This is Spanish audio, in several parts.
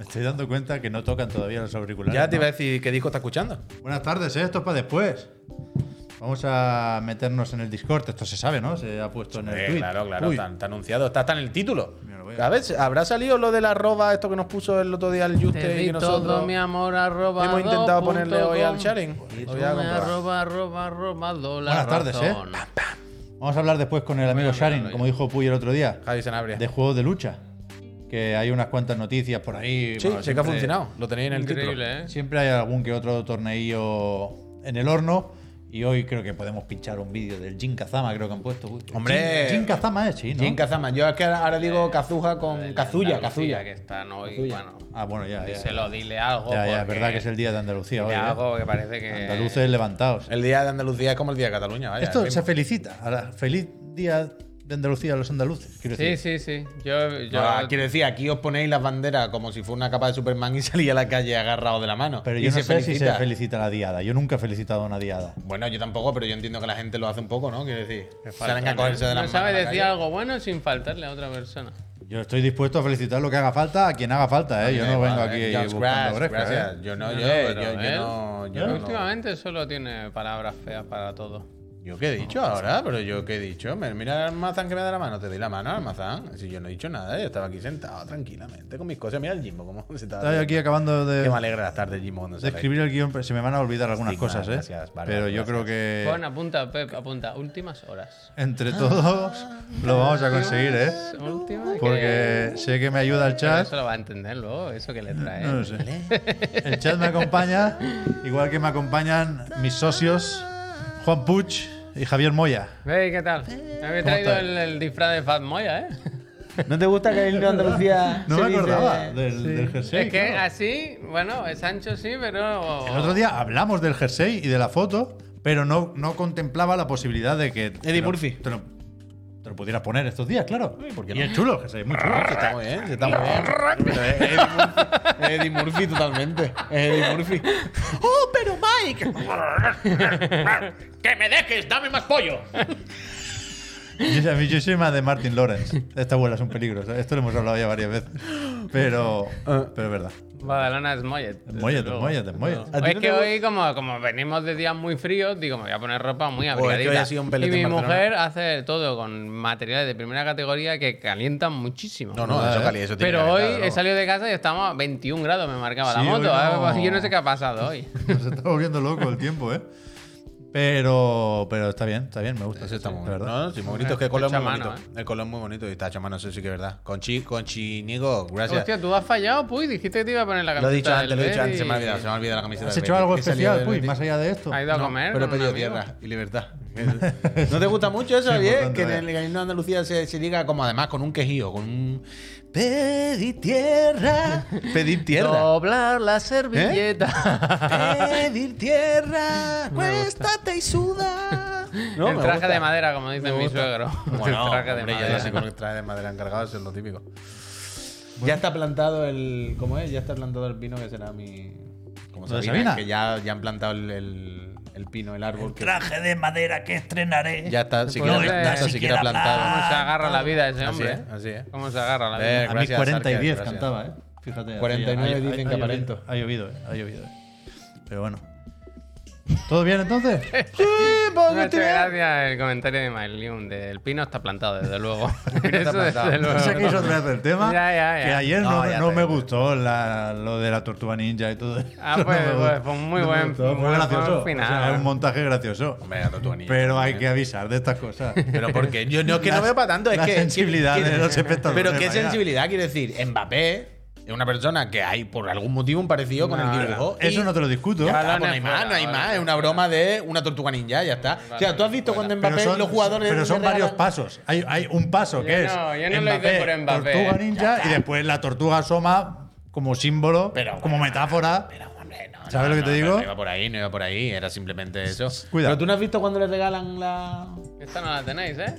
estoy dando cuenta que no tocan todavía los auriculares. Ya te ¿no? iba a decir qué disco está escuchando. Buenas tardes, ¿eh? esto es para después. Vamos a meternos en el Discord, esto se sabe, ¿no? Se ha puesto en el Eh, tweet. claro, claro, Uy, está, está anunciado, está hasta en el título. Mira, lo veo. A ver, ¿habrá salido lo de la arroba, esto que nos puso el otro día el Te Juste y di que todo nosotros mi amor arroba hemos intentado do ponerle hoy al punto com. Pues sharing? Lo voy a Tome comprobar. arroba arroba arroba do la Buenas tardes, ¿eh? razón. Vamos a hablar después con el amigo Bueno, Sharing, míralo ya. como dijo Puy el otro día, Javi Sanabria. de juegos de lucha. Que hay unas cuantas noticias por ahí. bueno, Sí, sí que ha siempre- funcionado. Lo tenéis en el título. Increíble, ¿eh? Siempre hay algún que otro torneillo en el horno. Y hoy creo que podemos pinchar un vídeo del Jin Kazama, creo que han puesto. Uy, Hombre. Jin, Jin Kazama es, sí, ¿no? Jin Kazama. Yo es que ahora digo Kazuja con El Kazuya, Eh, Andalucía Kazuya. Que están hoy, Kazuya. bueno. Ah, bueno, ya. ya, Díselo, dile algo. Ya, ya, es porque verdad que es el día de Andalucía hoy. Dile ¿eh? algo que parece que. Andaluces levantados. El día de Andalucía es como el día de Cataluña, Eh, vaya. Esto es se el mismo. felicita. Ahora, feliz día de Andalucía a los andaluces. Quiero Sí, decir. sí, sí. Yo. yo Ah, quiero decir, aquí os ponéis las banderas como si fuera una capa de Superman y salía a la calle agarrado de la mano. Pero Y yo no se sé si se felicita. felicita la diada. Yo nunca he felicitado una diada. Bueno, yo tampoco, pero yo entiendo que la gente lo hace un poco, ¿no? Quiero decir, salen a falta, cogerse de no las manos. sabe en la decir calle. algo bueno sin faltarle a otra persona. Yo estoy dispuesto a felicitar lo que haga falta a quien haga falta, ¿eh? Yo no Eh, vengo vale, aquí Josh buscando Grass, orejas, ¿eh? Gracias. Yo no, yo, pero yo- yo él- no. Yo él no- últimamente solo tiene palabras feas para todo. ¿Yo qué he dicho ahora? ¿Pero yo qué he dicho? Me- Mira al almazán que me da la mano. Te doy la mano al almazán. Si yo no he dicho nada, yo estaba aquí sentado tranquilamente con mis cosas. Mira el Jimbo cómo se está. Estoy aquí acabando Que de, me alegra las tardes, Jimbo, cuando de sale. escribir el guión, pero se me van a olvidar algunas Estigma, cosas, ¿eh? gracias, Bárbara, pero yo creo gracias. que Pon, apunta, Pep, apunta. Últimas horas. entre todos lo vamos a conseguir, ¿eh? Últimas que- Porque sé que me ayuda el Pero chat. Eso lo va a entender luego, eso que le trae. No lo sé. El chat me acompaña, igual que me acompañan mis socios Juan Puch y Javier Moya. Ve, ¿qué tal? Me había traído estás? el, el disfraz de Fat Moya, ¿eh? ¿No te gusta que el de Andalucía No me acordaba del, del jersey. es que claro. así, bueno, es ancho sí, pero. El otro día hablamos del jersey y de la foto, pero no, no contemplaba la posibilidad de que. te lo- Murphy. Te lo, te lo pudieras poner estos días, claro. ¿por qué y no? es chulo el jersey, muy chulo. Se está muy bien, se está muy bien. Pero es Eddie Murphy, es Eddie Murphy totalmente. Es Eddie Murphy. ¡Oh, pero Mike! ¡Que me dejes! ¡Dame más pollo! Yo, soy- yo soy más de Martin Lawrence. Esta abuela es un peligro. ¿sabes? Esto lo hemos hablado ya varias veces. Pero, Ah. pero es verdad. Badalona es Mollet. desde Mollet, luego. Mollet, Mollet. No. ¿A ti Es no que te gu- hoy, como, como venimos de días muy fríos, digo, me voy a poner ropa muy es que hoy abrigadita. ha sido un y pelete mi en Barcelona. mujer hace todo con materiales de primera categoría que calientan muchísimo. No, no, Nada, eso, ¿eh? cali, eso tiene Pero que hoy haber, claro. he salido de casa y estamos a 21 grados, me marcaba la Sí, moto. hoy no. ¿eh? Yo no sé qué ha pasado hoy. Nos está volviendo loco el tiempo, ¿eh? Pero, pero está bien, está bien, me gusta. Eso está sí, muy de bonito. verdad. No, no, sí, muy bonito. Es que el color es Hecho muy a mano, bonito. El color es muy bonito y está hecho a mano, eso sí que es verdad. Conchi, Conchi, Nigo, gracias. Hostia, tú has fallado, puy. Dijiste que te iba a poner la lo camiseta. he dicho antes, del lo he dicho Betis. antes. Se me ha olvidado, se me ha olvidado la camiseta. ¿Has del hecho Betis. algo He salido especial, del Puy, Betis. más allá de esto? Ha ido a No, comer. pero he con un pedido amigo. tierra y libertad. ¿No te gusta mucho eso, Sí, Javier? importante, Que en eh. el himno de Andalucía se, se diga como además con un quejío, con un. Pedí tierra. Pedir tierra. Doblar la ¿Eh? servilleta. Pedir tierra. Me gusta. Cuéstate y suda. el traje de madera, como dice mi suegro. Bueno, el traje de hombre, ya madera. sé con el traje de madera encargado, eso es lo típico. Ya está plantado el. ¿Cómo es? Ya está plantado el pino que será mi. Como ¿Lo de Sabina, Sabina? Que ya, ya han plantado el, el- el pino, el árbol. que- traje de madera que estrenaré. ya está, Se siquiera, puede ya hacer. está siquiera plantado. Pues Cómo se agarra la vida ese Así hombre. es, ¿eh? así es. Cómo se agarra la Eh, vida. A mí Gracias, 40 y Sarker, 10 gracias. cantaba, ¿eh? Fíjate. 49 dicen que aparento. Ha llovido, eh, ha llovido. Pero bueno. ¿Todo bien entonces? Sí, porque Muchas estoy bien. gracias el comentario de Mailium. del pino está plantado, desde luego. pino está Eso, plantado. desde luego. No sé qué hizo Pues otra vez el tema. Ya, ya, ya. Que ayer no, No, ya no te me digo. gustó la- lo de la tortuga ninja y todo. Ah, eso pues- me pues gustó. fue un muy No me buen- gustó, muy fue buen gracioso. final. O sea, es un montaje gracioso. Hombre, la tortuga ninja Pero hay también. que avisar de estas cosas. ¿eh? Pero porque yo no es que no Las- veo para tanto, es las que sensibilidades de los espectadores, Pero qué vaya. sensibilidad quiere decir, Mbappé es una persona que hay por algún motivo un parecido con No, el dibujo. y- Eso no te lo discuto. Ya está, Balones pues no hay más, fuera, no hay balones más, es una fuera. broma de una tortuga ninja, ya está. o sea, tú has visto cuando Pero Mbappé son, los jugadores pero son le varios regalan- pasos. Hay, hay un paso Yo que es no, yo no lo hice por Mbappé. tortuga ninja y después la tortuga asoma como símbolo, Pero como metafora. Pero, hombre, no, ¿Sabes no, lo que no, te no, digo? No iba por ahí, no iba por ahí, era simplemente eso. Cuidado. Pero tú no has visto cuando le regalan la Esta no la tenéis, ¿eh?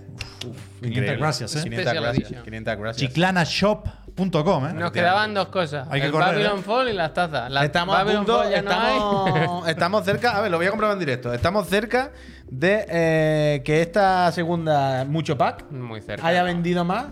500 gracias, ¿eh? 500 Especial gracias. edition. 500 gracias. Chiclanashop.com, ¿eh? Nos quedaban dos cosas. Hay que el correr, Babylon ¿eh? Fall y las tazas. Las Estamos a Babylon punto, Fall ya no hay. estamos, estamos cerca, a ver, lo voy a comprobar en directo. Estamos cerca de eh, que esta segunda Mucho Pack Muy cerca. haya vendido más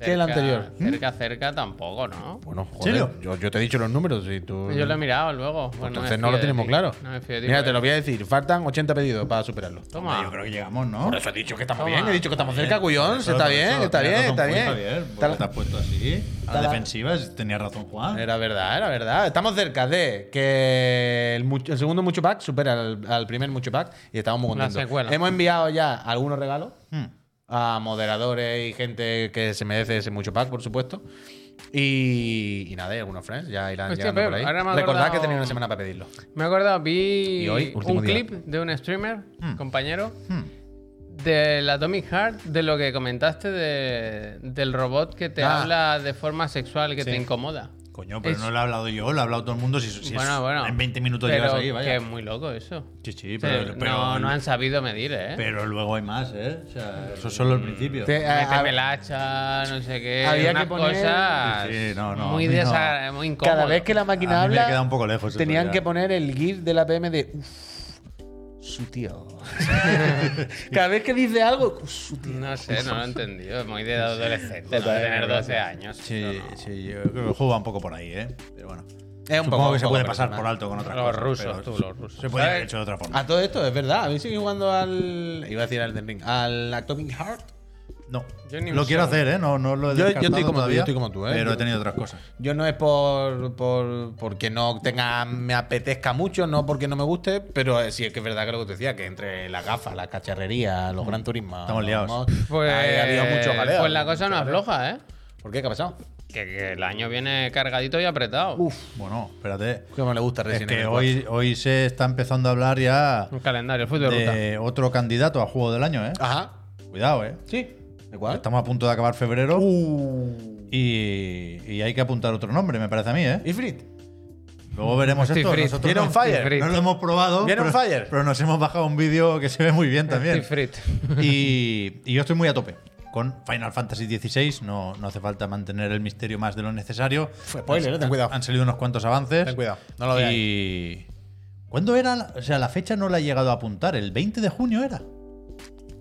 que el anterior. Cerca, cerca tampoco, ¿no? Bueno, serio? joder, yo, yo te he dicho los números y Pues tú. Yo lo he mirado luego. Bueno, Pues me Entonces fío no lo de tenemos ti. claro. No me fío de ti. Mira, porque- te lo voy a decir. Faltan 80 pedidos para superarlo. Toma. Yo creo que llegamos, ¿no? Por eso he dicho que estamos Toma. bien, he dicho que estamos cerca, Cuyón. Eso, Está por bien, eso, está tenía bien, razón está Juan, bien. Javier, ¿por qué Está pues. la- te has puesto así? A Está la la- defensiva tenía razón Juan. Era verdad, era verdad. Estamos cerca de que el, much- el segundo Mucho Pack supera al, al primer Mucho Pack y estamos muy La contentos. secuela. Hemos enviado ya algunos regalos Hmm. a moderadores y gente que se merece ese Mucho Pack, por supuesto. Y, y nada, y algunos friends ya irán Hostia, llegando Pep, por ahí. ahora me he Recordad acordado- que tenéis una semana para pedirlo. Me he acordado, vi Y hoy, último un día. clip de un streamer, Mm. compañero, Hmm. del Atomic Heart, de lo que comentaste de- del robot que te Ah. habla de forma sexual que te incomoda. Coño, pero Es- no lo he hablado yo, lo ha hablado todo el mundo. Si, si es- bueno, bueno. en 20 minutos pero llegas ahí, Que vaya. es muy loco eso. Sí, sí, O sea, pero, pero, no, no han sabido medir, ¿eh? pero luego hay más, ¿eh? O sea, eso es solo el principio. Te- a- a- Méteme el hacha, no sé qué. Ah, Había unas que poner- cosas Sí, sí, no, no, muy, a mí no. desagra- muy incómodo. cada vez que la A mí máquina me habla, queda un poco lejos eso tenían ya. que poner el GIF de la PM de "Uf, su tío. cada vez que dice algo, "Uf, su tío. No sé, no lo he entendido. Muy de adolescente, eh, ¿no? de tener 12 años. Sí, eso no. sí, yo creo que el juego va un poco por ahí, ¿eh? Pero bueno. Es un Supongo poco- que un se poco puede por pasar encima. Ah, por alto con otras Los cosas. rusos, pero tú, los rusos. Se podía haber ¿Sabes? hecho de otra forma. A todo esto, es verdad. A mí sigue jugando al. Iba a decir al Elden Ring. Al Atomic Heart. No. Yo ni Lo me quiero sabe. hacer, ¿eh? No, no lo he Yo- yo estoy descartado como tú, todavía, yo estoy como tú, ¿eh? Pero Yo- he tenido otras cosas. Yo no es por, por porque no tenga me apetezca mucho, no porque no me guste, pero eh, sí es que es verdad que lo que te decía, que entre las gafas, la cacharrería, los gran turismo. Estamos los liados. mods, Pues, ahí ha habido mucho jaleo. pues la cosa no Mucho jaleo. afloja, ¿eh? ¿Por qué? ¿Qué ha pasado? Que, que el año viene cargadito y apretado. Bueno, espérate. Que no le gusta Es Resident que Evil hoy, hoy se está empezando a hablar ya Un calendario, el fútbol de ruta. de otro candidato a juego del año, ¿eh? 4. Ajá. Cuidado, ¿eh? Ah. Sí. ¿De cuál? Uh. Estamos a punto de acabar febrero. Y, y hay que apuntar otro nombre, me parece a mí, ¿eh? Ifrit. Luego veremos Steve esto. Fritz. Nosotros Viene no, on fire. Steve Fritz. no lo hemos probado. Viene on pero- fire. Pero nos hemos bajado un vídeo que se ve muy bien también. Steve Fritz. Y, y yo estoy muy a tope con Final Fantasy XVI. No, no hace falta mantener el misterio más de lo necesario. Fue spoiler, eh, ten cuidado. Han salido unos cuantos avances. Ten cuidado, no lo veáis. Y. ¿Cuándo era? la- o sea, la fecha no la he llegado a apuntar. El 20 de junio era.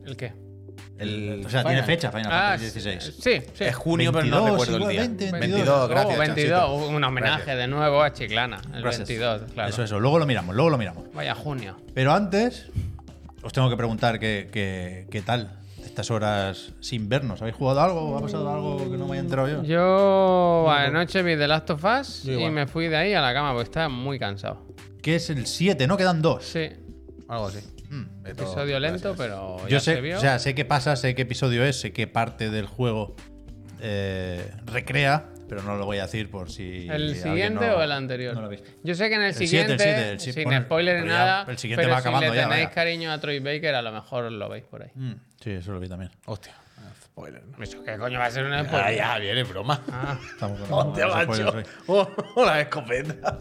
¿El qué? Ah, El- o sea, Final. tiene fecha Final Fantasy XVI. sí, sí. Es junio, pero no 22, recuerdo el igual, día. 20, 22, Oh, gracias. 22, Chancito. un homenaje Gracias. de nuevo a Chiclana. El Gracias. 22, claro. Eso, eso. Luego lo miramos, luego lo miramos. Vaya junio. Pero antes, os tengo que preguntar qué, qué, qué tal estas horas sin vernos. ¿Habéis jugado algo? ¿Ha pasado algo que no me haya enterado yo? Yo anoche vi The Last of Us Yo y igual. me fui de ahí a la cama porque estaba muy cansado. Que es el 7, ¿no? Quedan dos. Sí, Oh, Algo así. Mm, Esto- episodio lento, pero ya Yo se sé, vio. o sea, sé qué pasa, sé qué episodio es, sé qué parte del juego eh, recrea, pero no lo voy a decir por si. ¿El alguien siguiente no- o el anterior? No lo he visto. Yo sé que en el, El siete, el siguiente, siete, el siete, sin pone- spoiler ni pero ya, nada, el siguiente pero va acabando si le ya, tenéis vaya. cariño a Troy Baker, a lo mejor lo veis por ahí. Mm, Sí, eso lo vi también. Hostia. Ah, Spoiler. ¿no? Eso, ¿Qué coño va a ser un Ah, spoiler? ya, viene broma. Ah, Estamos con- Hostia, con los spoilers macho. hoy. O la escopeta.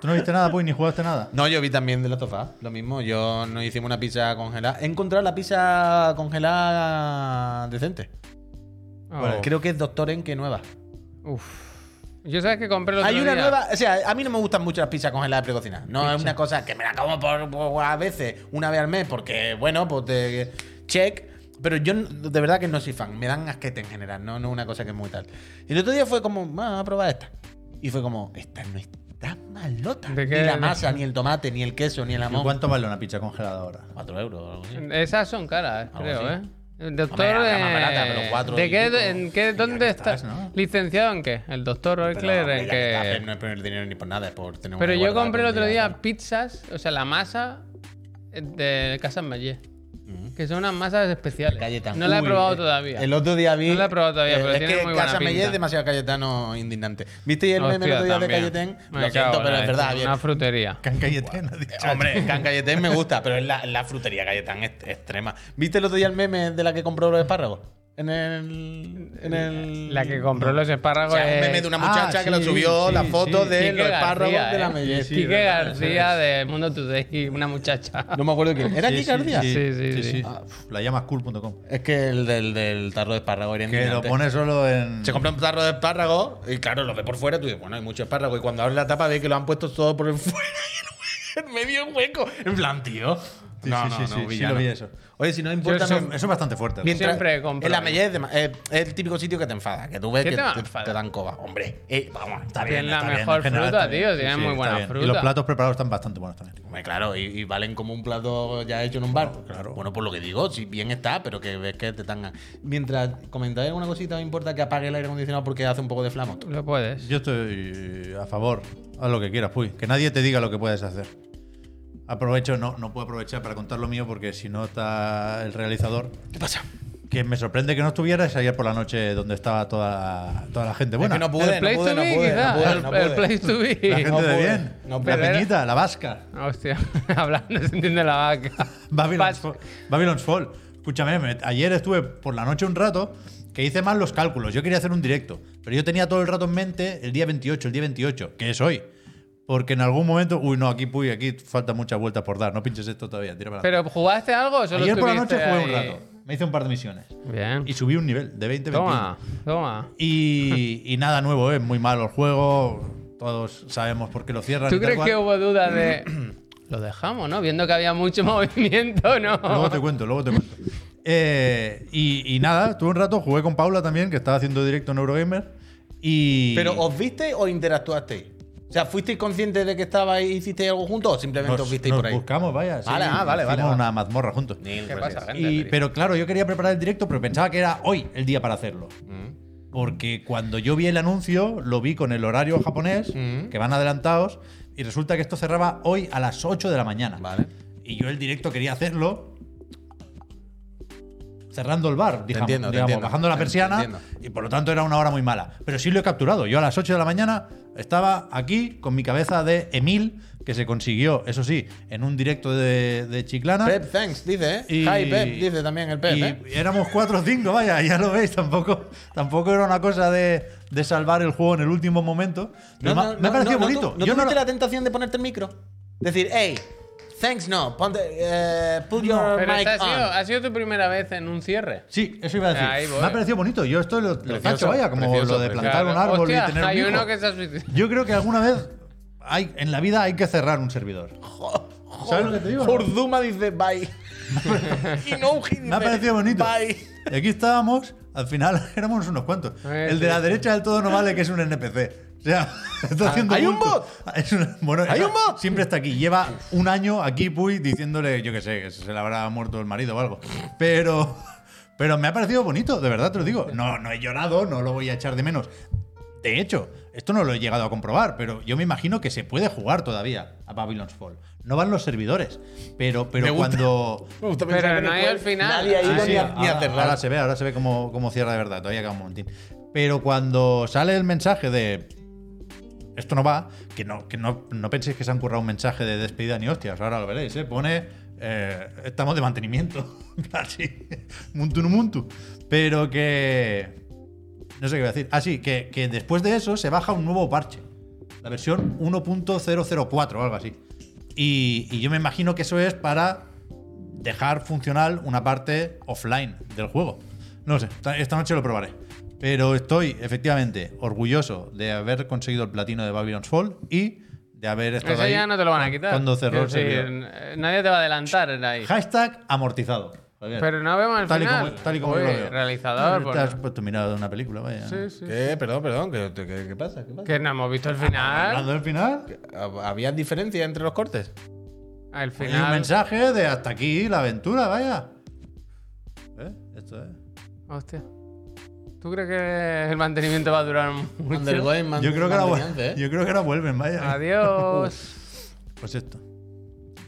¿Tú no viste nada, pues, ni jugaste nada? No, yo vi también de la tofa, lo mismo. Yo nos hicimos una pizza congelada. He encontrado la pizza congelada decente. oh, Creo que es Doctor Enke nueva. uf. Yo sabes que compré el otro Hay una día. nueva, o sea, a mí no me gustan mucho las pizzas congeladas precocinadas. No es una cosa que me la como por, por- a veces, una vez al mes, porque bueno, pues te check. Pero yo n- de verdad que no soy fan, me dan asquete en general, no no es una cosa que es muy tal. Y el otro día fue como, vamos a probar esta. Y fue como, esta no está malota. ¿De Ni qué? la masa, ni el tomate, ni el queso, ni el ¿Y jamón. ¿Cuánto vale una pizza congelada ahora? 4 euros o algo así. Esas son caras, Algo creo, así. ¿eh? El doctor. Hombre, habrá más eh, barata, pero cuatro ¿De y qué, pico. en qué, dónde está? estás, ¿no? ¿Licenciado en qué? ¿El doctor Oekler Pero, en hombre, ya que está, qué? No es por el dinero ni por nada, es por tener una Pero yo guardada compré el por otro un día pizzas, o sea, la masa eh, de Casa Mayer. Mm. Que son unas masas especiales. Cayetano. No la he Uy, probado eh, todavía. El otro día vi. eh, No la he probado todavía, pero es tiene que muy buena Casa Mellé pinta. es demasiado Cayetano indignante. ¿Viste el meme el otro día de Cayetén? Me Lo cago siento, pero en la es leche, verdad. bien. Eh, Una frutería. Can Cayetano, ha dicho. Hombre, Can Cayetén me gusta, pero es la, la frutería Cayetán es extrema. ¿Viste el otro día el meme de la que compró los espárragos? En el. En el. La que compró los espárragos O sea, un es meme de una Ah, muchacha que lo sí, subió, sí, la foto sí. de Quique los espárragos García, de la ¿eh? Mellé. Sí, sí. Quique verdad, García de Mundo Today, una muchacha. No me acuerdo quién. ¿Era Sí, Kike sí, García? sí. Ah, pf, la llamas cool.com. Es que el del, del tarro de espárragos era Que lo indignante. pone solo en. Se compra un tarro de espárrago y claro, lo ve por fuera, tú dices, bueno, hay mucho espárrago. Y cuando abre la tapa ve que lo han puesto todo por el fuera y el hue- el medio hueco. En plan, tío. Sí, No, sí, no, sí, no, sí, sí, villano. lo vi eso. Oye, si no importa. Yo soy- no- Eso es bastante fuerte. ¿no? Mientras- Siempre compro. En la mellez de ma- eh, es el típico sitio que te enfada, que tú ves ¿Qué que te te, va a enfadar? te dan coba. Hombre, eh, vamos, está bien. Tienen la Está bien, mejor en general fruta, está bien. tío. Sí, Tienen sí, muy está buena bien. fruta. Y los platos preparados están bastante buenos también. Hombre, claro, y, y valen como un plato ya hecho en un bar. Claro. Bueno, por lo que digo, si bien está, pero que ves que te tan. Mientras comentáis alguna cosita, ¿me importa que apague el aire acondicionado porque hace un poco de flamo? Lo puedes. Yo estoy eh, a favor. Haz lo que quieras, Puy. Que nadie te diga lo que puedes hacer. Aprovecho, no, no puedo aprovechar para contar lo mío porque si no está el realizador. ¿Qué pasa? Que me sorprende que no estuvieras ayer por la noche donde estaba toda, toda la gente buena. es que no pude, El no place pude, to no be, pude, no quizá. pude, El- no El pude. place to la be. gente no de pude, bien. no la pude. peñita, la vasca. Hostia, hablando se entiende la vaca. Babylon's Pas- Fall. Babylon's Fall. Escúchame, me- ayer estuve por la noche un rato que hice mal los cálculos. Yo quería hacer un directo, pero yo tenía todo el rato en mente el día 28, el día 28, que es hoy. Porque en algún momento, uy, no, aquí, puy, aquí falta muchas vueltas por dar. No pinches esto todavía, tira para adelante. ¿Pero jugaste algo o solo Ayer por la noche estuviste jugué un ahí? rato. Me hice un par de misiones. Bien. Y subí un nivel de 20 Toma, toma. Y, y nada nuevo, es muy malo el juego. Todos sabemos por qué lo cierran. y ¿Tú tal crees cual. que hubo duda de... Lo dejamos, ¿no? Viendo que había mucho movimiento, ¿no? Luego te cuento, luego te cuento. Eh, y, y nada, estuve un rato, jugué con Paula también, que estaba haciendo directo en Eurogamer. Y. ¿Pero os visteis o interactuasteis? O sea, ¿fuisteis conscientes de que estabais hicisteis algo juntos o simplemente os nos, visteis nos por ahí? buscamos, vaya. Vale, ah, vale, hicimos vale, vale. una mazmorra juntos. Neil, ¿Qué gracias. pasa? Y- pero claro, yo quería preparar el directo, pero pensaba que era hoy el día para hacerlo. Mm. Porque cuando yo vi el anuncio, lo vi con el horario japonés, Mm. que van adelantados, y resulta que esto cerraba hoy a las 8 de la mañana. Vale. Y yo el directo quería hacerlo cerrando el bar, digamos, entiendo, te digamos, entiendo. bajando la Te persiana, entiendo. y por lo tanto era una hora muy mala. Pero sí lo he capturado. Yo a las 8 de la mañana estaba aquí con mi cabeza de Emil, que se consiguió, eso sí, en un directo de, de Chiclana. Pep, thanks, dice, ¿eh? Y- Hi, Pep, dice también el Pep, y ¿eh? éramos 4 o 5, vaya, ya lo veis, tampoco, tampoco era una cosa de, de salvar el juego en el último momento. Pero me ha- me ha parecido no, no, bonito. ¿tú- ¿No, Yo no tuviste lo- la tentación de ponerte el micro? Decir, hey, thanks no, ponte, eh, put your Pero mic esta ha, on. sido, ha sido tu primera vez en un cierre. Sí, eso iba a Ahí decir. voy. Me ha parecido bonito. Yo esto lo, lo Precioso, tacho, vaya, como precioso, lo de precioso. plantar un Claro. árbol Hostia, y tener un hay hijo. uno que se ha suicidado. Yo creo que alguna vez hay, en la vida hay que cerrar un servidor. ¿Sabes lo que te digo? Jorduma dice bye. y Nouji dice Me ha parecido bonito. Bye. Y aquí estábamos, al final éramos unos cuantos. Eh, El de sí. la derecha del todo no vale, que es un NPC. O sea, está haciendo Ah, ¿Hay un bulto. Es una- bueno, ¿Hay eso un bot? Siempre está aquí. Lleva un año aquí, Puy, diciéndole, yo qué sé, que se le habrá muerto el marido o algo. Pero, pero me ha parecido bonito, de verdad te lo digo. No, no he llorado, no lo voy a echar de menos. De hecho, esto no lo he llegado a comprobar, pero yo me imagino que se puede jugar todavía a Babylon's Fall. No van los servidores, pero, Me pero gusta. cuando... Me gusta Pero pensar que no hay fue- al final. Nadie ha ido Ah, Sí, ni, a, ahora, ni a cerrar. ahora se ve, ahora se ve cómo, cómo cierra de verdad, todavía queda un montón. Pero cuando sale el mensaje de esto no va, que no, que no, no penséis que se han currado un mensaje de despedida ni hostias, ahora lo veréis, ¿eh? pone eh, estamos de mantenimiento. Así. Muntu no muntu. Pero que. No sé qué voy a decir. Así que, que después de eso se baja un nuevo parche. La versión 1.004 o algo así. Y, y yo me imagino que eso es para dejar funcional una parte offline del juego. No lo sé, esta- esta noche lo probaré. Pero estoy efectivamente orgulloso de haber conseguido el platino de Babylon's Fall y de haber estado Eso ahí ya no te lo van a quitar. cuando cerró el Quiero decir, servidor. eh, nadie te va a adelantar en ahí. Hashtag amortizado. Javier. Pero no vemos el tal y final. como, tal y como Uy, yo lo veo. Realizador. Te por- has puesto mirada de una película, vaya. Sí, sí. ¿Qué? Perdón, perdón. ¿Qué, qué- qué pasa? ¿Qué pasa? Que no hemos visto el final. Hablando del final, ¿Había diferencia entre los cortes? El hay un final. mensaje de hasta aquí la aventura, vaya. ¿Eh? Esto es. Hostia. ¿Tú crees que el mantenimiento va a durar mucho? Undergoing man- Yo creo, que ahora, vu- mantenimiento, ¿eh? yo creo que ahora vuelven, vaya. Adiós. Pues esto.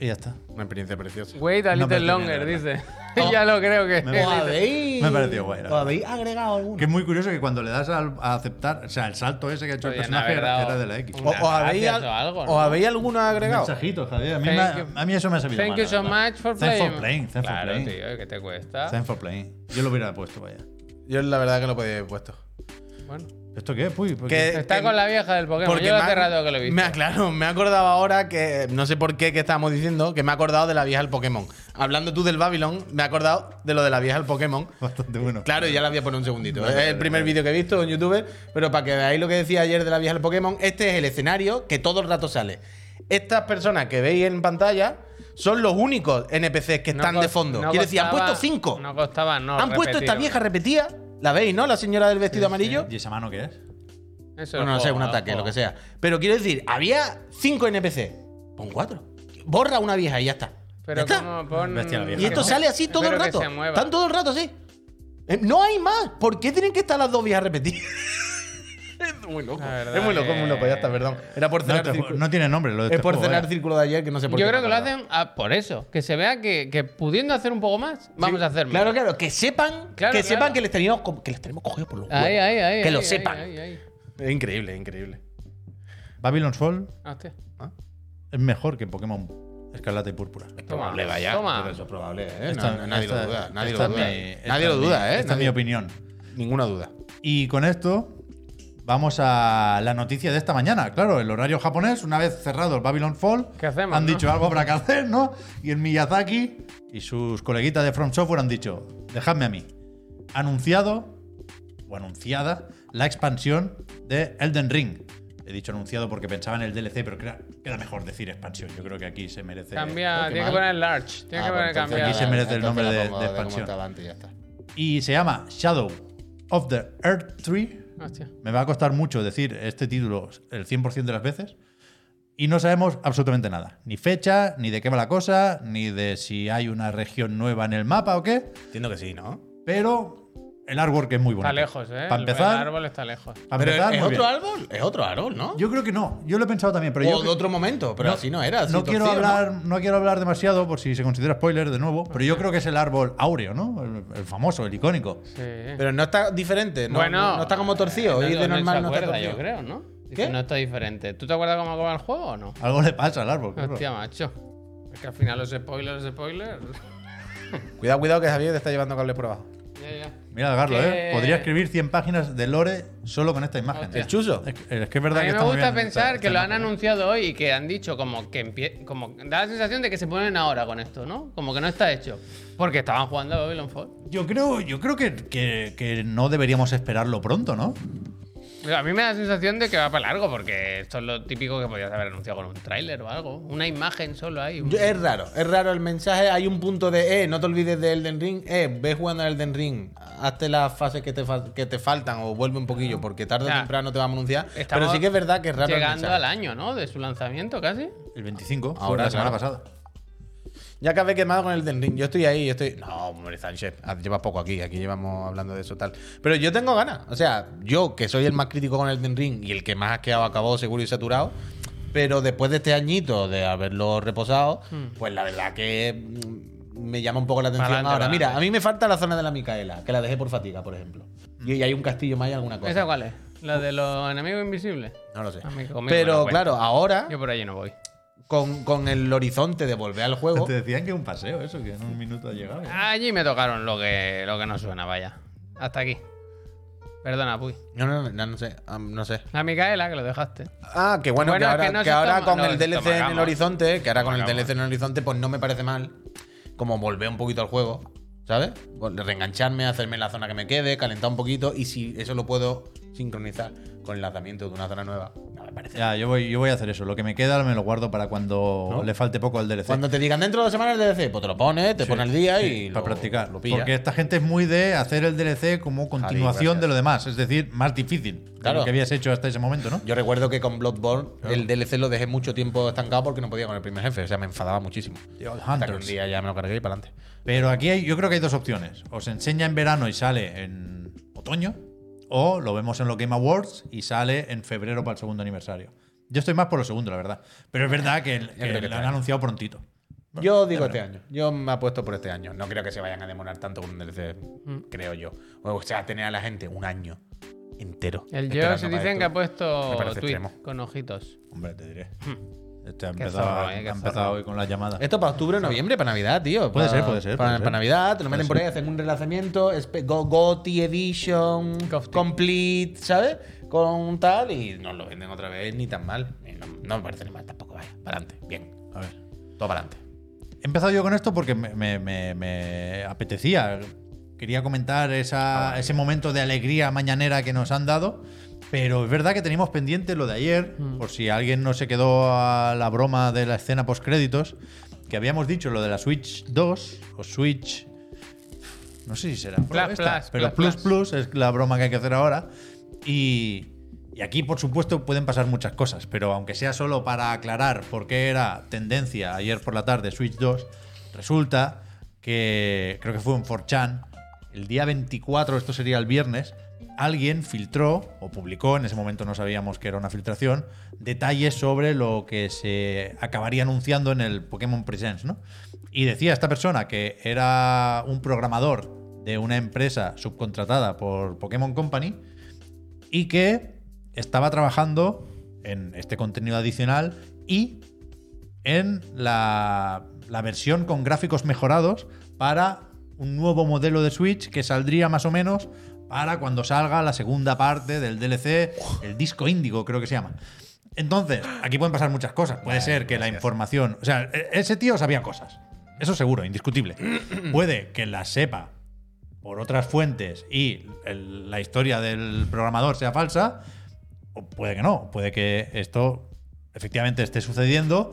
Y ya está. Una experiencia preciosa. Wait a No little parece longer, bien, la dice. ya lo creo que. Me ¿O habéis- Me ha parecido guay, la ¿O habéis agregado alguno? Que es muy curioso que cuando le das al- a aceptar, o sea, el salto ese que ha hecho el Podían personaje haber era, dado era de la X. un ¿O, o habéis, Gracias o algo, ¿no? ¿O habéis alguno Oh, agregado? Mensajito, Javier. A mí, Thank me- you. a mí eso me ha servido. Thank mal, you la so verdad. much for Thanks playing. for playing. Thanks claro, for playing. tío, ¿qué te cuesta? Thanks for playing. Yo lo hubiera puesto, vaya. Yo la verdad que no podía haber puesto. Bueno. ¿Esto qué? pues Puy, ¿por Que- qué? Está que- con la vieja del Pokémon. Este Porque Yo me hace ha- rato que lo he visto. Me, ha- claro, me he acordado ahora que no sé por qué que estábamos diciendo que me he acordado de la vieja del Pokémon. Hablando tú del Babylon, me he acordado de lo de la vieja del Pokémon. Bastante bueno. Claro, ya la voy a poner un segundito. ¿eh? Es el primer vídeo que he visto en YouTube, pero para que veáis lo que decía ayer de la vieja del Pokémon, este es el escenario que todo el rato sale. Estas personas que veis en pantalla son los únicos NPCs que No están cos- de fondo. no Quiero decir, han costaba- puesto cinco. No costaba, no. han puesto esta repetirlo. vieja repetida. ¿La veis, no? La señora del vestido Sí, amarillo. ¿Y esa mano qué es? Eso Bueno, no sé, un joda, ataque, lo joda. que sea. Pero quiero decir, había cinco NPC. Pon cuatro. Borra una vieja y ya está. Pero Ya está. como pon. Bestia la vieja. Y esto no. sale así todo Espero el que rato. se mueva. Están todo el rato así. Eh, No hay más. ¿Por qué tienen que estar las dos viejas repetidas? es muy loco. La verdad Es muy loco, que- muy loco. Ya está, perdón. Era por No, cenar te- círculo. no tiene nombre lo de es este por juego, cenar vaya. círculo de ayer que no sé por Yo qué. creo que lo me acordaba. hacen ah, por eso. Que se vea que, que pudiendo hacer un poco más, vamos Sí. a hacer más. Claro, claro. Que sepan, Claro, que, claro. sepan que, les tenemos, co- que les tenemos cogidos por los huevos. Ahí, ahí, ahí. que lo ahí, sepan. ahí, ahí, ahí. Es increíble, es increíble. Babylon's Fall Ah, hostia. es mejor que Pokémon Escarlata y Púrpura. Es Toma, probable, vaya. toma. Pero eso es probable, ¿eh? Esta- No, no, nadie esta- lo duda. Nadie esta lo duda. es mi- esta nadie es lo mi- duda, Esta ¿eh? es mi Nadie- opinión. Ninguna duda. Y con esto vamos a la noticia de esta mañana. Claro, el horario japonés, una vez cerrado el Babylon Fall, ¿Qué hacemos, han no? dicho algo habrá que hacer, ¿no? Y el Miyazaki y sus coleguitas de From Software han dicho, dejadme a mí. Anunciado o anunciada la expansión de Elden Ring. He dicho anunciado porque pensaba en el DLC, pero queda, queda mejor decir expansión. Yo creo que aquí se merece. Cambia, qué tiene mal. que poner large. Tiene que poner cambiar. Ah, aquí se large. merece el nombre de- de expansión. expansión. Y se llama Shadow of the Earth Tree. Hostia. Me va a costar mucho decir este título el 100% de las veces. Y no sabemos absolutamente nada. Ni fecha, ni de qué va la cosa, ni de si hay una región nueva en el mapa o qué. Entiendo que sí, ¿no? Pero el artwork es muy bueno. Está lejos, eh. Para El empezar, árbol está lejos. pa' Pero empezar, es muy otro bien. árbol, es otro árbol, ¿no? Yo creo que no. Yo lo he pensado también, pero o yo de otro momento, pero No, así no era. así no quiero torcido, ¿no? hablar, no quiero hablar demasiado por si se considera spoiler de nuevo, pero yo creo que es el árbol áureo, ¿no? El, el famoso, el icónico. Sí. Pero no está diferente, no, bueno. eh, no- no está como torcido. no- y de no normal se no está acuerda, torcido. yo creo, ¿no? Dice, ¿Qué? No está diferente. ¿Tú te acuerdas cómo acaba el juego o no? Algo le pasa al árbol. claro. Hostia, macho. Es que al final los spoilers, spoilers. Cuidado, cuidado que Javier te está llevando cables por abajo. ya, ya. Mira, Garlo, ¿eh? Que- Podría escribir 100 páginas de lore solo con esta imagen. Hostia. El chuzo. Es que es, que es verdad A mí que me está muy gusta bien pensar esta- que esta lo han imagen. anunciado hoy y que han dicho como que empie- como da la sensación de que se ponen ahora con esto, ¿no? Como que no está hecho. Porque estaban jugando a Babylon Fall. Yo creo, yo creo que, que- que no deberíamos esperarlo pronto, ¿no? Pero a mí me da la sensación de que va para largo, porque esto es lo típico que podías haber anunciado con un tráiler o algo. Una imagen solo ahí. un- Yo- Es raro, es raro el mensaje. Hay un punto de, eh, no te olvides de Elden Ring, eh, ve jugando a Elden Ring, hazte las fases que te, fal- que te faltan o vuelve un poquillo porque tarde o Ya. temprano te vamos a anunciar. Ah. Estamos Pero sí que es verdad que es raro el Llegando mensaje. al año, ¿no? De su lanzamiento casi. El 25, fue Ahora, la semana claro. pasada. Ya acabé quemado con el Elden Ring. Yo estoy ahí, yo estoy. No, hombre, Sánchez, haz- llevas poco aquí. Aquí llevamos hablando de eso tal. Pero yo tengo ganas. O sea, yo que soy el más crítico con el Elden Ring y el que más ha quedado acabado seguro y saturado. Pero después de este añito de haberlo reposado, Hmm. pues la verdad que mm, me llama un poco la atención Pa'lante, ahora. pa'lante. Mira, a mí me falta la zona de la Micaela, que la dejé por fatiga, por ejemplo. Y, y hay un castillo más y alguna cosa. Hmm. ¿Esa cuál es? ¿La de los enemigos invisibles? No lo sé. A mí conmigo me Pero lo cuenta. claro, ahora, Yo por allí no voy. con, con el horizonte de volver al juego, Te Este- decían que un paseo, eso, que en un minuto ha llegado. Allí me tocaron lo que, lo que no suena, vaya. Hasta aquí. Perdona, Puy. No, no, no, no sé, ah, no sé. La Micaela, que lo dejaste. Ah, que bueno, Bueno, que es ahora, que no que se ahora toma- con no, el se DLC toma en el gama. horizonte, que ahora con el Toma gama. DLC en el horizonte, pues no me parece mal como volver un poquito al juego, ¿sabes? Vol- Reengancharme, hacerme la zona que me quede, calentar un poquito y si eso lo puedo sincronizar con el lanzamiento de una zona nueva, no me parece. Ya, yo voy, yo voy a hacer eso. Lo que me queda me lo guardo para cuando le falte poco al DLC. Cuando te digan dentro de dos semanas el DLC, pues te lo pones, te pones al día Sí, y para lo- practicar. lo pillas. Porque esta gente es muy de hacer el DLC como continuación gracias. de lo demás. Es decir, más difícil de Claro. lo que habías hecho hasta ese momento, ¿no? Yo recuerdo que con Bloodborne el DLC lo dejé mucho tiempo estancado porque no podía con el primer jefe, o sea, me enfadaba muchísimo. The Old Hasta que un Hunters. día ya me lo cargué y para adelante. Pero aquí hay, yo creo que hay dos opciones. O se enseña en verano y sale en otoño, o lo vemos en los Game Awards y sale en febrero para el segundo aniversario. Yo estoy más por lo segundo, la verdad. Pero es verdad que, el- que creo que lo está han bien. anunciado prontito. Yo digo este año. Yo me apuesto por este año. No creo que se vayan a demorar tanto con un DLC, Mm. creo yo. O sea, tener a la gente un año entero. El esperando yo se Este para dicen esto. que ha Me puesto parece tweet extremo. con ojitos. Hombre, te diré. Este ha Qué empezado, zorro, eh, qué ha empezado zorro. hoy con las llamadas. Esto para octubre o noviembre, para Navidad, tío. Puede Para- ser, puede ser, Para, puede para ser. Navidad, te lo Puede meten por ahí, ser. hacen un relanzamiento, espe- Go- GOTY Edition, Gothic. Complete, ¿sabes? Con tal, y nos lo venden otra vez, ni tan mal. Y No, no me parece ni mal tampoco, vaya. Para adelante, bien. A ver. Todo para adelante. He empezado yo con esto porque me, me- me- me apetecía. Quería comentar esa- ese momento de alegría mañanera que nos han dado. Pero es verdad que teníamos pendiente lo de ayer, por si alguien no se quedó a la broma de la escena postcréditos. que habíamos dicho lo de la Switch 2 o Switch. No sé si será. Pro Plus, esta, plus, pero plus, plus, plus es la broma que hay que hacer ahora. Y, y aquí, por supuesto, pueden pasar muchas cosas, pero aunque sea solo para aclarar por qué era tendencia ayer por la tarde Switch 2, resulta que creo que fue en 4chan, el día 24, esto sería el viernes, alguien filtró o publicó, en ese momento no sabíamos que era una filtración, detalles sobre lo que se acabaría anunciando en el Pokémon Presents, ¿no? Y decía esta persona que era un programador de una empresa subcontratada por Pokémon Company, y que estaba trabajando en este contenido adicional y en la, la versión con gráficos mejorados para un nuevo modelo de Switch que saldría más o menos para cuando salga la segunda parte del DLC, el disco índigo creo que se llama. Entonces, aquí pueden pasar muchas cosas. Puede ser que la información... O sea, e- ese tío sabía cosas. Eso seguro, indiscutible. Puede que las sepa por otras fuentes y el- la historia del programador sea falsa, o puede que no, puede que esto efectivamente esté sucediendo,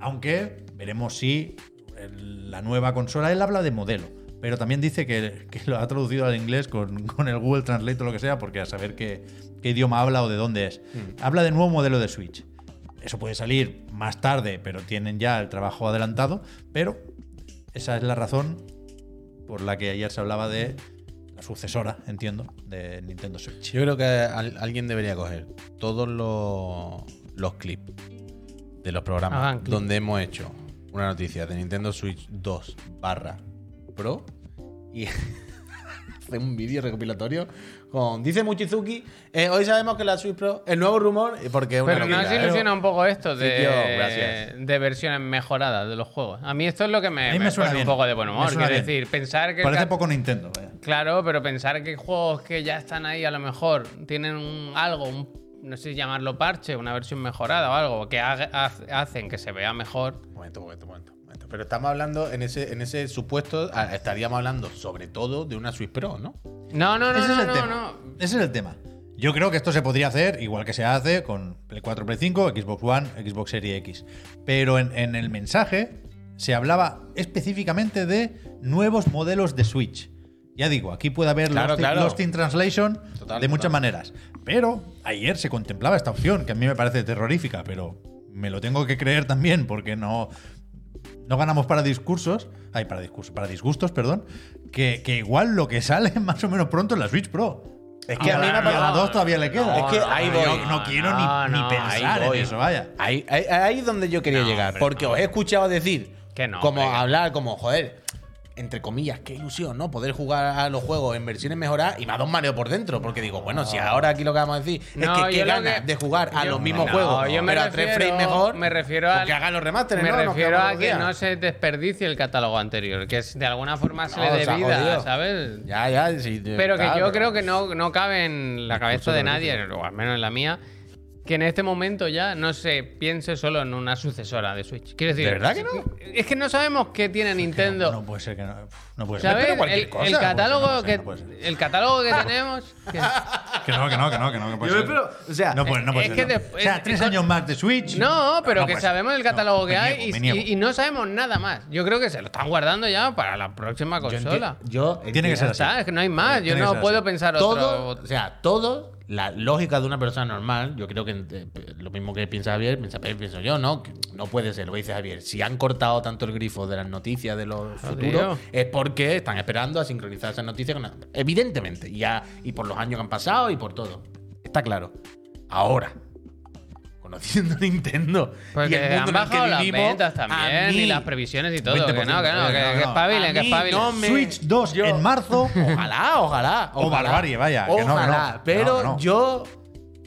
aunque veremos si el- la nueva consola, él habla de modelo, pero también dice que, que lo ha traducido al inglés con, con el Google Translate o lo que sea, porque a saber qué, qué idioma habla o de dónde es. Habla de nuevo modelo de Switch. Eso puede salir más tarde, pero tienen ya el trabajo adelantado, pero esa es la razón por la que ayer se hablaba de la sucesora, entiendo, de Nintendo Switch. Yo creo que al- alguien debería coger todos los, los clips de los programas Hagan clip. donde hemos hecho una noticia de Nintendo Switch 2 barra Pro y hacer un vídeo recopilatorio con dice Muchizuki eh, hoy sabemos que la Switch Pro el nuevo rumor eh, porque es una Pero no locura, se ¿eh? ilusiona un poco esto Sí, tío, de, gracias. de versiones mejoradas de los juegos. A mí esto es lo que me, A mí me me suena pone un bien. poco de buen Me humor. suena Quiero bien. decir, pensar que. el Parece ca- poco Nintendo, vaya. Claro, pero pensar que juegos que ya están ahí a lo mejor tienen un- algo, un- no sé si llamarlo parche, una versión mejorada o algo, que haga- haz- hacen que se vea mejor. Momento, momento, momento, momento. Pero estamos hablando, en ese, en ese supuesto, ah, estaríamos hablando sobre todo de una Switch Pro, ¿no? No, no, no, Ese es no, el no, tema. no. Ese es el tema. Yo creo que esto se podría hacer igual que se hace con Play 4, Play 5, Xbox One, Xbox Series X. Pero en, en el mensaje se hablaba específicamente de nuevos modelos de Switch. Ya digo, aquí puede haber Claro, Lost, in- claro. Lost in Translation Total, de muchas total. maneras. Pero ayer se contemplaba esta opción, que a mí me parece terrorífica, pero me lo tengo que creer también porque no, no ganamos para discursos, ay, para discursos, para disgustos, perdón, que, que igual lo que sale más o menos pronto es la Switch Pro. Es que a mí me la, parece- la 2 todavía le queda. no, Es que no, ahí voy. No, quiero ni- no, ni, no, pensar ahí voy. en eso, vaya. Ahí, ahí, ahí es donde yo quería llegar. Porque os he escuchado decir, Que no, como hombre. hablar, como, joder, entre comillas, qué ilusión, ¿no? Poder jugar a los juegos en versiones mejoradas y me ha dado un mareo por dentro. Porque digo, bueno, si ahora aquí lo que vamos a decir No, es que yo qué lo ganas que- de jugar a yo- los mismos no, juegos, yo me pero a tres refiero- frames mejor, me refiero pues al- que hagan los remasteres, Me ¿no? Nos refiero quedamos a los que días. no se desperdicie el catálogo anterior, que es- de alguna forma se No, le dé se ha vida, jodido. ¿sabes? Ya, ya, sí. Pero que tal, yo pero- creo que no, no cabe en la cabeza de nadie, o al menos en la mía, que en este momento ya no se piense solo en una sucesora de Switch. Quiero decir, ¿De verdad que no? Es que no sabemos qué tiene Nintendo. No puede ser que no. No puede ser. ¿Sabes? Pero El, cualquier el cosa, no puede ser, catálogo no puede que, ser, no puede el catálogo que tenemos. que- Que no, que no, que no, que no. Que puede Yo ser. me espero- o sea, no puede, no puede es ser, que no. después- o sea, tres es- años más de Switch. no, pero que puede ser. sabemos el catálogo No, que me hay niego, y- me niego. y, y no sabemos nada más. Yo creo que se lo están guardando ya para la próxima Yo enti- consola. Yo Tiene que ser así. ¿Sabes? Que no hay más. Yo Tiene que no ser puedo así. pensar otro. todo, o sea, todo, la lógica de una persona normal, yo creo que eh, lo mismo que piensa Javier, piensa, eh, pienso yo, ¿no? Que no puede ser, lo que dice Javier. Si han cortado tanto el grifo de las noticias de los futuros, es porque están esperando a sincronizar esas noticias con la- Evidentemente, y, ya, y por los años que han pasado y por todo. Está claro. Ahora. Conociendo Nintendo y Porque el han mundo en el bajado que las vivimos, ventas a también mí- y las previsiones y todo. Que no, 20%, que no, que, no, que- que no. espabilen, que A mí espabilen. no me- Switch 2 Yo- en marzo. Ojalá, ojalá. O ojalá. barbarie, vaya, que no, que no, Ojalá, que no, Pero que no. yo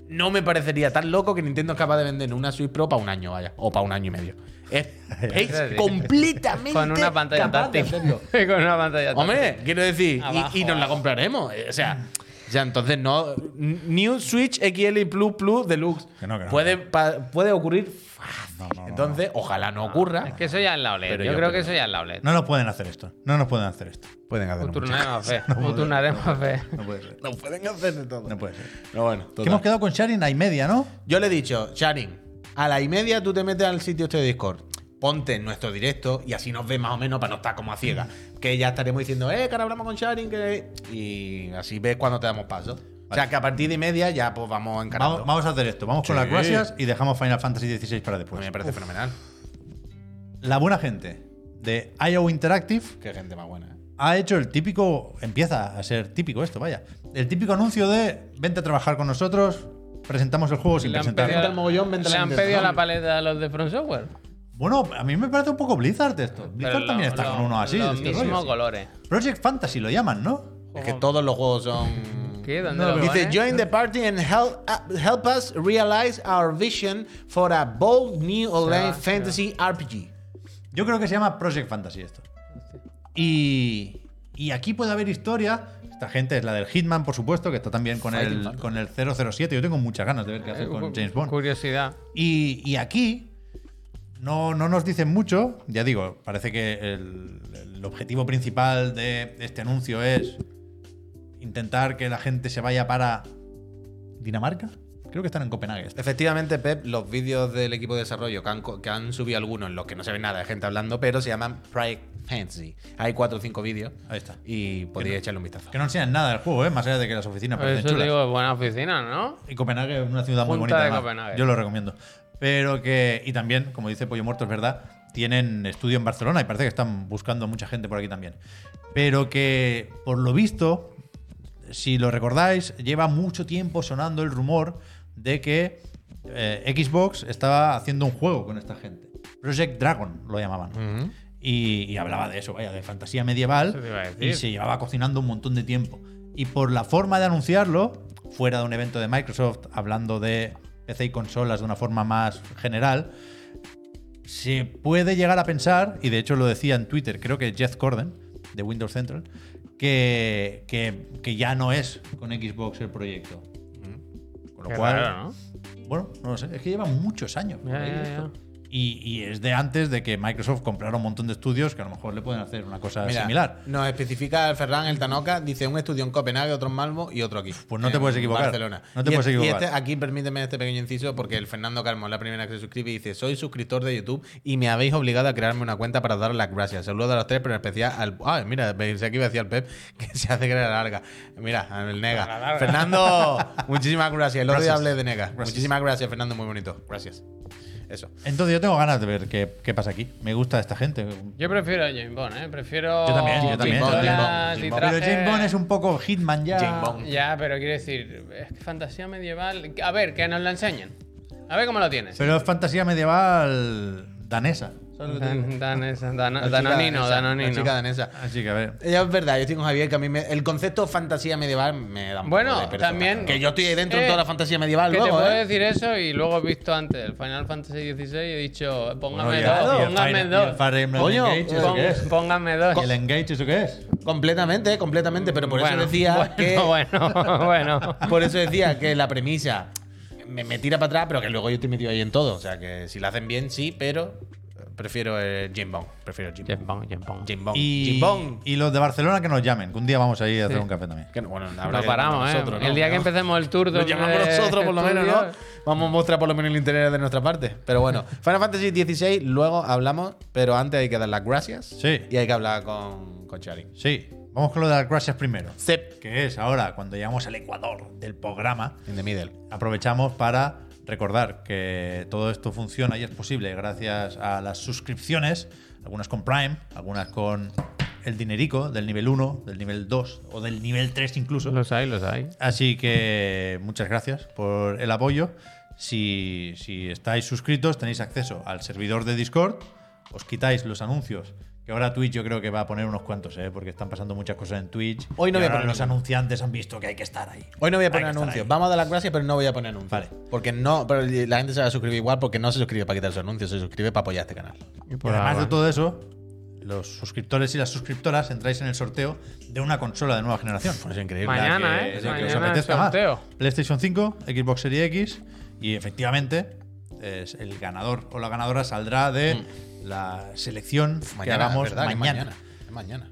no me parecería tan loco que Nintendo es capaz de vender una Switch Pro para un año, vaya. O para un año y medio. Es, es Sí. completamente. Con una pantalla capaz de táctil. hacerlo. con una pantalla táctil. Hombre, quiero decir, y- Abajo, y, nos la abajo. compraremos. eh, O sea, ya entonces no. New Switch XL Plus Plus Deluxe. Que no, que no, puede, pa- puede ocurrir fácil. No, no, no. entonces, ojalá no ocurra. Ah, Es que eso ya es la OLED. Pero yo, yo creo que creo- eso ya es la E OLED. No nos pueden hacer esto. No nos pueden hacer esto. Pueden hacer Turnaremos fe. Turnaremos fe. No puede ser. No pueden hacer de todo. No puede ser. Pero bueno, Que total. hemos quedado con Sharing a y media, ¿no? Yo le he dicho, Sharing, a la y media tú te metes al sitio este de Discord. ponte en nuestro directo y así nos ves más o menos para no estar como a ciegas. Mm. Que ya estaremos diciendo, eh, que ahora hablamos con Sharing, que... Y así ves cuando te damos paso. O sea, que a partir de media ya pues vamos encarando. Vamos, vamos a hacer esto. Vamos con Sí. las gracias y dejamos Final Fantasy XVI para A mí después. me parece fenomenal. La buena gente de IO Interactive Qué gente más buena. ¿eh? ha hecho el típico. Empieza a ser típico esto, vaya. El típico anuncio de vente a trabajar con nosotros, presentamos el juego sin Le han presentarlo. Vente al mogollón, vente pedido, al le han intento, pedido ¿no? la paleta a los de From Software. Bueno, a mí me parece un poco Blizzard esto. Pero Blizzard también lo- está lo- con uno así. de Los este mismos rollo. colores. Project Fantasy lo llaman, ¿no? Es que todos los juegos son... ¿Qué? ¿Dónde No, lo Dice, pone? join the party and help, uh, help us realize our vision for a bold new online sí. fantasy RPG. Yo creo que se llama Project Fantasy esto. Y, y aquí puede haber historia. Esta gente es la del Hitman, por supuesto, que está también con, Fighting el, Fantasy. con el 007. Yo tengo muchas ganas de ver qué hacer con James Bond. Eh, Curiosidad. Y, y aquí no, no nos dicen mucho. Ya digo, parece que el, el objetivo principal de este anuncio es intentar que la gente se vaya para Dinamarca. Creo que están en Copenhague. este. Efectivamente, Pep, los vídeos del equipo de desarrollo que han, co- que han subido algunos en los que no se ve nada de gente hablando, pero se llaman Pride Fantasy. Hay cuatro o cinco vídeos Ahí está. y podéis echarle un vistazo. Que no enseñan nada del juego, ¿eh? más allá de que las oficinas parecen Eso chulas. digo, es buena oficina, ¿no? Y Copenhague es una ciudad muy Punta bonita. de además. Copenhague. Yo lo recomiendo. Pero que. Y también, como dice Pollo Muerto, es verdad, tienen estudio en Barcelona y parece que están buscando mucha gente por aquí también. Pero que, por lo visto, si lo recordáis, lleva mucho tiempo sonando el rumor de que eh, Xbox estaba haciendo un juego con esta gente. Project Dragon lo llamaban. y, y hablaba de eso, vaya, de fantasía medieval. Eso te iba a decir. Y se llevaba cocinando un montón de tiempo. Y por la forma de anunciarlo, fuera de un evento de Microsoft, hablando de PC y consolas de una forma más general, se puede llegar a pensar, y de hecho lo decía en Twitter, creo que Jeff Corden, de Windows Central, que, que- que ya no es con Xbox el proyecto. Con lo Mm. Qué cual, raro, ¿no? bueno, no lo sé, es que lleva muchos años. por Ya, ahí ya, esto. ya. Y, y es de antes de que Microsoft comprara un montón de estudios que a lo mejor le pueden hacer una cosa Mira, similar. Nos especifica el Ferran, el Tanoca, dice un estudio en Copenhague, otro en Malmo y otro aquí. Pues no te en puedes equivocar. Barcelona. No te Y puedes este- equivocar. Y este, aquí permíteme este pequeño inciso porque el Fernando Carmo es la primera que se suscribe y dice, soy suscriptor de YouTube y me habéis obligado a crearme una cuenta para dar las gracias. Saludos a los tres, pero en especial al... Ah, mira, pensé que iba a decir al Pep que se hace que era larga. Mira, al La Nega. larga. Fernando, muchísimas gracias. El otro día Gracias. hablé de Nega. Gracias. Muchísimas gracias, Fernando, muy bonito. Gracias. Eso. Entonces yo tengo ganas de ver qué, qué pasa aquí. Me gusta esta gente. Yo prefiero a James Bond, ¿eh? Prefiero. Yo también, yo también. pistolas James Oh, Bond, y James Bond. Pero trajes- James Bond es un poco Hitman ya. James Bond. Ya, pero quiero decir, es que fantasía medieval. A ver, que nos lo enseñen. A ver cómo lo tienes. Pero es fantasía medieval danesa. ¿sabes lo que te digo? Dan- Dan- es- Dan- La chica danonino, danesa, La chica danonino. danesa. Así que a ver. Ya es verdad, yo estoy con Javier que a mí me- el concepto fantasía medieval me da un Bueno, poco de pereza. también- Que yo estoy dentro Eh, de toda la fantasía medieval Que te luego, puedo ¿eh? decir eso y luego he visto antes el Final Fantasy XVI y he dicho, póngame Bueno, ya, dos, y el póngame Fire- y el dos. Fire Emblem Coño, Engage, ¿eso Pon- qué es? Póngame dos. ¿Y el Engage, ¿eso qué es? Completamente, completamente. Pero por Bueno, eso decía bueno, que. Bueno, bueno. Por eso decía que la premisa me, me tira para atrás, pero que luego yo estoy metido ahí en todo. O sea que si la hacen bien, sí, pero prefiero el Jim Bond. Prefiero Jim Bond. James Bond, James Bond. Jim Bond. Y, Jim Bond. y los de Barcelona que nos llamen, que un día vamos ahí a hacer Sí. un café también. Que no- bueno, habrá Nos que llamarnos paramos, ¿eh? nosotros, ¿no? El día que empecemos el tour de Nos llamamos de nosotros, por lo menos, ¿no? estudios. Vamos a mostrar por lo menos el interés de nuestra parte. Pero bueno, Final Fantasy XVI, luego hablamos, pero antes hay que dar las gracias. Sí. Y hay que hablar con, con Charin. Sí, vamos con lo de las gracias primero. Step Que es ahora, cuando llegamos al ecuador del programa, in the middle. aprovechamos para recordar que todo esto funciona y es posible gracias a las suscripciones, algunas con Prime, algunas con el dinerico del nivel 1, del nivel 2 o del nivel 3 incluso. Los hay, los hay. Así que muchas gracias por el apoyo. Si, si estáis suscritos, tenéis acceso al servidor de Discord, os quitáis los anuncios. Que ahora Twitch yo creo que va a poner unos cuantos, ¿eh? porque están pasando muchas cosas en Twitch. Hoy no y voy a ahora poner los ninguno. anunciantes han visto que hay que estar ahí. Hoy no voy a Hay poner que estar anuncios. ahí. Vamos a dar las gracias, pero no voy a poner anuncios. Vale. Porque no, pero la gente se va a suscribir igual porque no se suscribe para quitar sus anuncios, se suscribe para apoyar este canal. Y además de todo eso, los suscriptores y las suscriptoras entráis en el sorteo de una consola de nueva generación. Eso es increíble. Mañana. ¿eh? la Mañana más. sorteo. PlayStation 5, Xbox Series X y efectivamente es el ganador o la ganadora Mm. saldrá de la selección que Mañana, hagamos ¿verdad? Que mañana. mañana. Es mañana.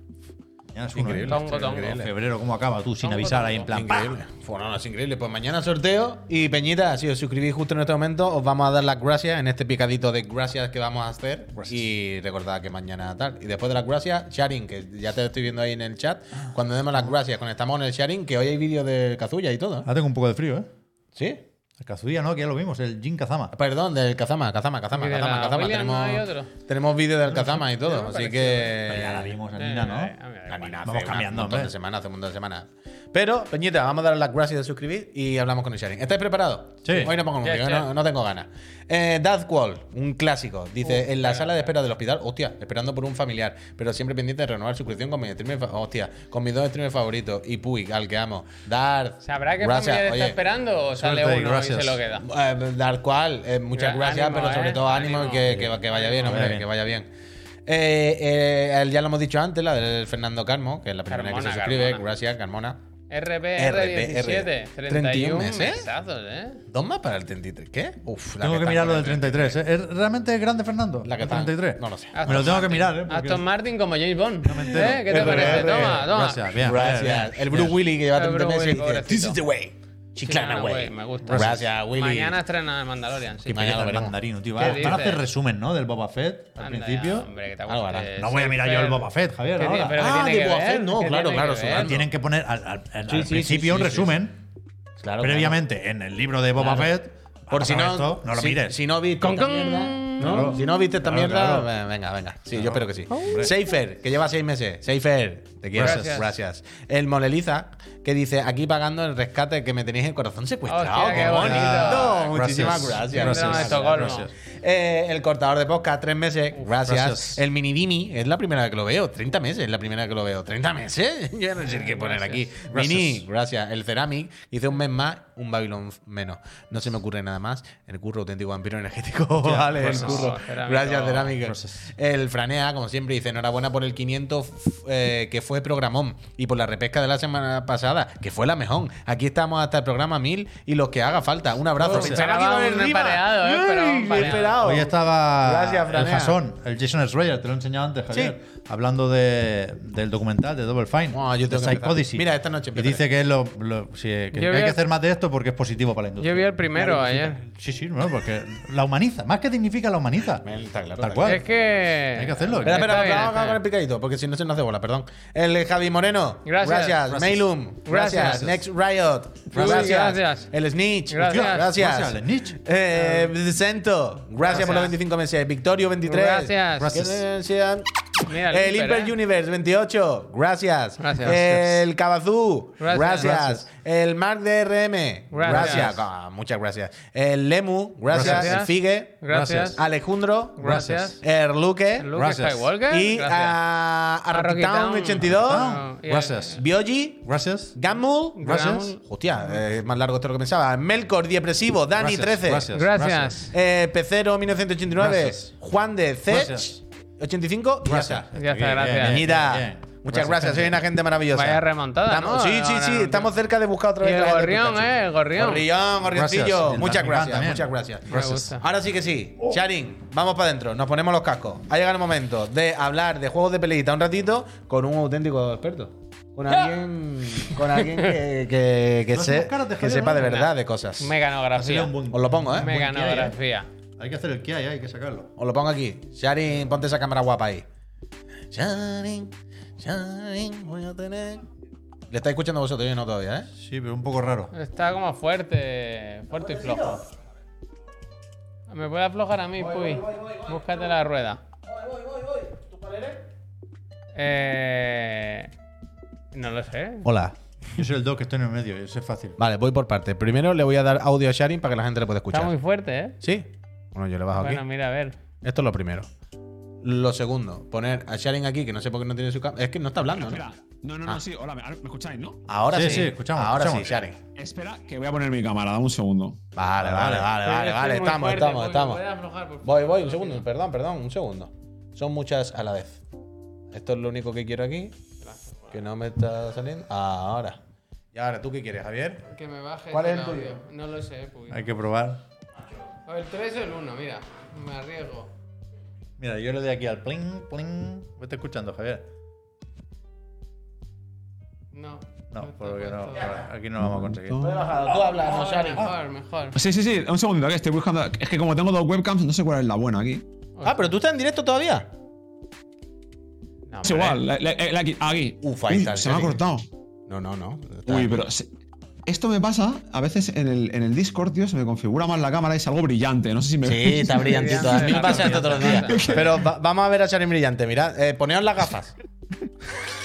Mañana es uno, Increíble, ¿eh? Tongo, tongo. En febrero, ¿cómo acaba tú sin Tongo, avisar ahí tongo. en plan? ¡pam! Increíble. Fue, no, no, es increíble. Pues mañana sorteo. Y Peñita, si os suscribís justo en este momento, os vamos a dar las gracias en este picadito de gracias que vamos a hacer. Gracias. Y recordad que mañana tal. Y después de las gracias, sharing, que ya te estoy viendo ahí en el chat. Cuando demos las gracias, conectamos en el sharing, que hoy hay vídeo de Kazuya y todo. ¿eh? Ah, tengo un poco de frío, ¿eh? ¿Sí? El Kazuya, ¿no? Que ya lo vimos, el ¿eh? Jin Kazama. Perdón, del Kazama, Kazama, Kazama, ¿Y de Kazama, la Kazama. William no hay otro? Tenemos, tenemos vídeo del Kazama y todo. Así que. Ya la vimos, Nina, eh, ¿no? eh, La Nina hace Vamos una- cambiando, un montón de hombre. semanas, hace un montón de semanas. Pero, Peñita, vamos a dar las gracias de suscribir y hablamos con el sharing. ¿Estáis preparados? Sí. Hoy no pongo Sí, música, sí. no, no tengo ganas. Eh, Dad Wall, un clásico. Dice, en la sala de espera del hospital, hostia, esperando por un familiar, pero siempre pendiente de renovar suscripción con mi streamer, fa- hostia, con mis dos streamers favoritos y Puig, al que amo. Dad, ¿Sabrá qué gracias, familia está oye. esperando o sale suerte y uno gracias. y se lo queda? Eh, tal cual, eh, muchas Gra- gracias, ánimo, pero sobre ¿eh? todo ánimo, y Ánimo. Que, que va- que vaya bien, Vaya hombre, bien. que vaya bien. Eh, eh, el- ya lo hemos dicho antes, la del Fernando Carmo, que es la primera que Carmona, se suscribe, Carmona. gracias, Carmona. RPR17, 31 31 meses. mesazos, ¿eh? ¿Dos más para el 33? ¿Qué? Uf, la Tengo que está mirar lo con del el- 33, ¿eh? ¿Es realmente grande, Fernando? La que ¿El está- 33? no lo sé. Ah, Me lo tengo que mirar, ¿eh? Porque- Aston Martin como James Bond. entero. ¿Eh? ¿Qué te RR. parece? Toma, toma. Gracias, bien. bien, Gracias. bien. El Bruce Willy que lleva El 30 Bruce meses. y Willy, dice, This pobrecito. is the way. Chiclana Chiclana way. way, me gusta. Gracias, Willy. Mañana estrena el Mandalorian, sí. Qué Mañana pereza lo el veremos. mandarino, tío. ¿Qué Ah, Van a hacer dices? resumen, ¿no? Del Boba Fett al Anda ya, principio. hombre, que te Algo hará. aguantes, No voy a mirar yo el Boba Fett, Javier, ¿Qué ahora. tiene- pero ¿qué Ah, tiene de que Boba ver? Fett, no, ¿Qué claro, tiene claro, que sí, ver? claro. Tienen que poner al, al- al- Sí, al sí, principio sí, sí, un sí, resumen. Claro, Previamente en el libro de Boba Fett. claro. Por Ha si no, pasado esto, no lo si, mires. Si no viste Con- esta con- mierda, ¿no? Claro. Si no viste esta Claro, mierda, claro. eh, venga, venga. Sí, yo espero que sí. Seifer, que lleva seis meses. Seifer, te quiero. Gracias. Gracias. El Moleliza, que dice, aquí pagando el rescate que me tenéis el corazón secuestrado. Hostia, qué Qué bonito. Muchísimas Gracias. gracias. Gracias. Síndrome de Estocolmo. Gracias. Eh, el cortador de podcast, tres meses. gracias. gracias. El mini Dini, es la primera vez que lo veo. 30 meses, es la primera vez que lo veo. ¿30 meses? Yo no sé qué poner Gracias. aquí. Mini, gracias. El Ceramic, hice un mes más, un Babylon menos. No se me ocurre nada más. El curro auténtico vampiro energético. vale, gracias. el curro. Cerámico. Gracias, Ceramic. Gracias. El Franea, como siempre, dice enhorabuena por el 500 eh, que fue programón y por la repesca de la semana pasada, que fue la mejor. Aquí estamos hasta el programa 1000 y los que haga falta. Un abrazo. Esperaba Pensaba que iba a un haber rima. empareado, eh, Uy, esperaba un empareado. esperado. Hoy estaba Gracias, el Franea. Jason, el Jason Schreier, te lo he enseñado antes, Javier, hablando de, del documental de Double Fine, Buah, Ah, yo tengo de que Psych empezar. Odyssey. Mira, esta Y noche empezaré. dice que, es lo, lo- sí, que que Yo vi hay que el- hacer más de esto porque es positivo para la industria. Yo vi el primero ayer. Sí, sí, no, porque la humaniza. Más que dignifica, la humaniza. Men, está claro, Tal está cual. Es que. Hay que hacerlo. ¿eh? Espera, espera, Está vamos bien, a está acabar con el picadito, porque si no se nos hace bola, perdón. El Javi Moreno. Gracias. Gracias. Gracias. Mailum. Gracias. Gracias. Next Riot. Gracias. Gracias. Gracias. El Snitch. Gracias. Gracias. Gracias, el Snitch. Ah. Eh, Vicento. Gracias, por los 25 meses. Victorio 23. Gracias. Gracias. Que sean- Mira, el Limper, Imper eh. Universe 28. Gracias. Gracias. El Cabazú. Gracias. Gracias. Gracias. El Mark DRM. Gracias. Gracias. Ah, muchas gracias. El Lemu. Gracias. Gracias. El Figue. Gracias. Alejandro. Gracias. El Luque. Luke Gracias. Skywalker. Y gracias. a, a A Rocky Rocketown Town. 82, Ah, y el- gracias. Bioji, Gracias. Gammul, Gracias. hostia, eh, más largo esto lo que pensaba, Melkor, Depresivo, Dani Gracias, 13, gracias. Gracias. eh, Pecero 1989, Gracias. Juan de Cech Gracias. 85, y ya está. Ya está, Bien, gracias. bien, bien, Peñita, bien. muchas gracias, soy una gente maravillosa. Vaya remontada, Estamos- ¿no? Sí, sí, Ahora, sí, no- estamos cerca de buscar otra Y vez. el la gente de gorrión, Pikachu. eh, el gorrión. Gorrión, gorrioncillo. Gracias. Muchas El gracias, también. muchas gracias. Gracias. Me gusta. Ahora sí que sí. Charin, vamos para adentro. Nos ponemos los cascos. Ha llegado el momento de hablar de juegos de peleita un ratito con un auténtico experto. Con alguien, con alguien que, que, que No se- hacemos caras de que joder, sepa de ¿no? verdad de cosas. Meganografía. Ha sido un Os lo pongo, ¿eh? buen Meganografía. Hay que hacer el que hay, hay que sacarlo. Os lo pongo aquí. Sharin, ponte esa cámara guapa ahí. Sharin, Sharin, voy a tener. Le estáis escuchando vosotros, yo no todavía, ¿eh? Sí, pero un poco raro. Está como fuerte, fuerte y flojo. Me puede aflojar a mí, Puy. Búscate la rueda. Eh. No lo sé. Hola. Yo soy el 2 que estoy en el medio, eso es fácil. Vale, voy por partes. Primero le voy a dar audio a Sharin para que la gente le pueda escuchar. Está muy fuerte, ¿eh? ¿Sí? Bueno, yo le bajo Bueno, aquí. mira, a ver. Esto es lo primero. Lo segundo, poner a Sharing aquí, que no sé por qué no tiene su cámara. Es que no Ah. está hablando, Espera, ¿no? no, no, no, sí, hola, ¿me, ahora me escucháis, no? Ahora sí. Sí, sí, escuchamos, Ahora escuchamos. sí, Sharing. Espera, que voy a poner mi cámara, dame un segundo. Vale, vale, vale, vale, Estoy vale. muy Estamos, fuerte, estamos, Puy, estamos. me puede aflojar, por favor. Voy, voy, un segundo, perdón, perdón, un segundo. Son muchas a la vez. Esto es lo único que quiero aquí. Que no me está saliendo. Ahora. Y ahora, ¿tú qué quieres, Javier? Que me baje. ¿Cuál es este el tuyo? audio. No lo sé, Puy. Hay que probar. O el 3 o el 1, mira. Me arriesgo. Mira, yo le doy aquí al pling, pling. Vete escuchando, Javier. No, porque no, aquí no lo vamos a conseguir. Lo he bajado. Tú hablas, Rosari. Mejor, mejor. Sí, sí, sí, un segundito, que estoy buscando. Es que como tengo dos webcams, no sé cuál es la buena aquí. Ah, pero tú estás en directo todavía. No, Es hombre. igual, la- la- la- aquí. aquí. Uf, ahí Uy, está el Se me ha Sergio. cortado. No, no, no. Uy, pero se- esto me pasa a veces en el, en el Discord, tío, se me configura mal la cámara y es algo brillante. No sé si me. Sí, está brillantito. A mí me pasa esto todos los días. Pero va- vamos a ver a Shari brillante. Mirad, eh, poneos las gafas.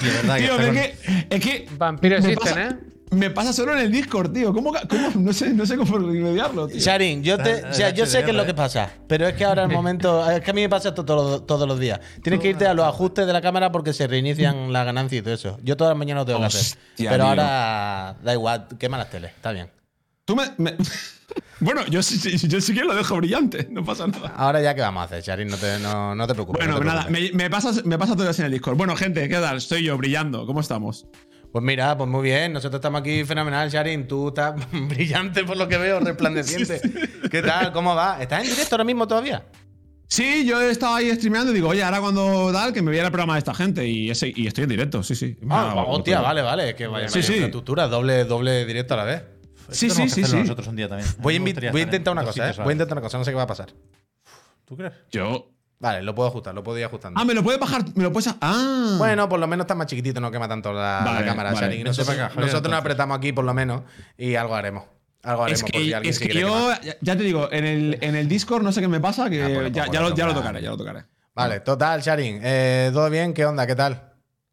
Y es verdad que Tío, está es con- que, es que Vampiros me existen, pasa- ¿eh? Me pasa solo en el Discord, tío. ¿Cómo, ca- cómo? No, sé, no sé cómo remediarlo, tío. Sharin, yo, te, o sea, yo sé qué es lo que pasa, pero es que ahora el momento. Es que a mí me pasa esto todos, todos los días. Tienes que irte a los ajustes de la cámara porque se reinician las ganancias y todo eso. Yo todas las mañanas lo tengo que hacer. Hostia, Pero tío. ahora da igual, quema las teles, está bien. Tú me. me- bueno, yo, sí- sí- yo sí que lo dejo brillante, no pasa nada. Ahora ya qué vamos a hacer, Sharin, no te, no, no te preocupes. Bueno, no te nada, preocupes. me, me pasa, me pasa todo eso en el Discord. Bueno, gente, ¿qué tal? Estoy yo brillando. ¿Cómo estamos? Pues mira, pues muy bien, nosotros estamos aquí fenomenal, Sharin. Tú estás brillante por lo que veo, resplandeciente. ¿Qué tal? ¿Cómo va? ¿Estás en directo ahora mismo todavía? Sí, yo estaba ahí streameando y digo, oye, ahora cuando tal, que me viera el programa de esta gente y, ese, y estoy en directo, sí, sí. Ah, Ah, hostia, bueno. vale, vale. Es que vaya Sí, vaya sí. infraestructura, doble, doble directo a la vez. Sí, Esto tenemos sí, que sí, hacerlo sí. Nosotros un día también. Voy, a Me invi- gustaría voy a estar en intentar una otros cosa, ¿eh? sitios, Voy a ¿sabes? intentar una cosa, no sé qué va a pasar. ¿Tú crees? Yo. Vale, lo puedo ajustar, lo puedo ir ajustando. Ah, me lo puedes bajar, me lo puedes. a- Ah. bueno, por lo menos está más chiquitito, no quema tanto la, la Vale, cámara, vale. Sharing. Nosotros, para acá, Javier, nosotros nos entonces. apretamos aquí, por lo menos, y algo haremos. Algo haremos es por si que, alguien es se que quiere quemar. yo, ya- ya te digo, en el, en el Discord no sé qué me pasa, que Ah, pues, ya, pues, ya lo, ya lo pues, tocaré, ya lo tocaré. Vale, total, Sharing. Eh, ¿Todo bien? ¿Qué onda? ¿Qué tal?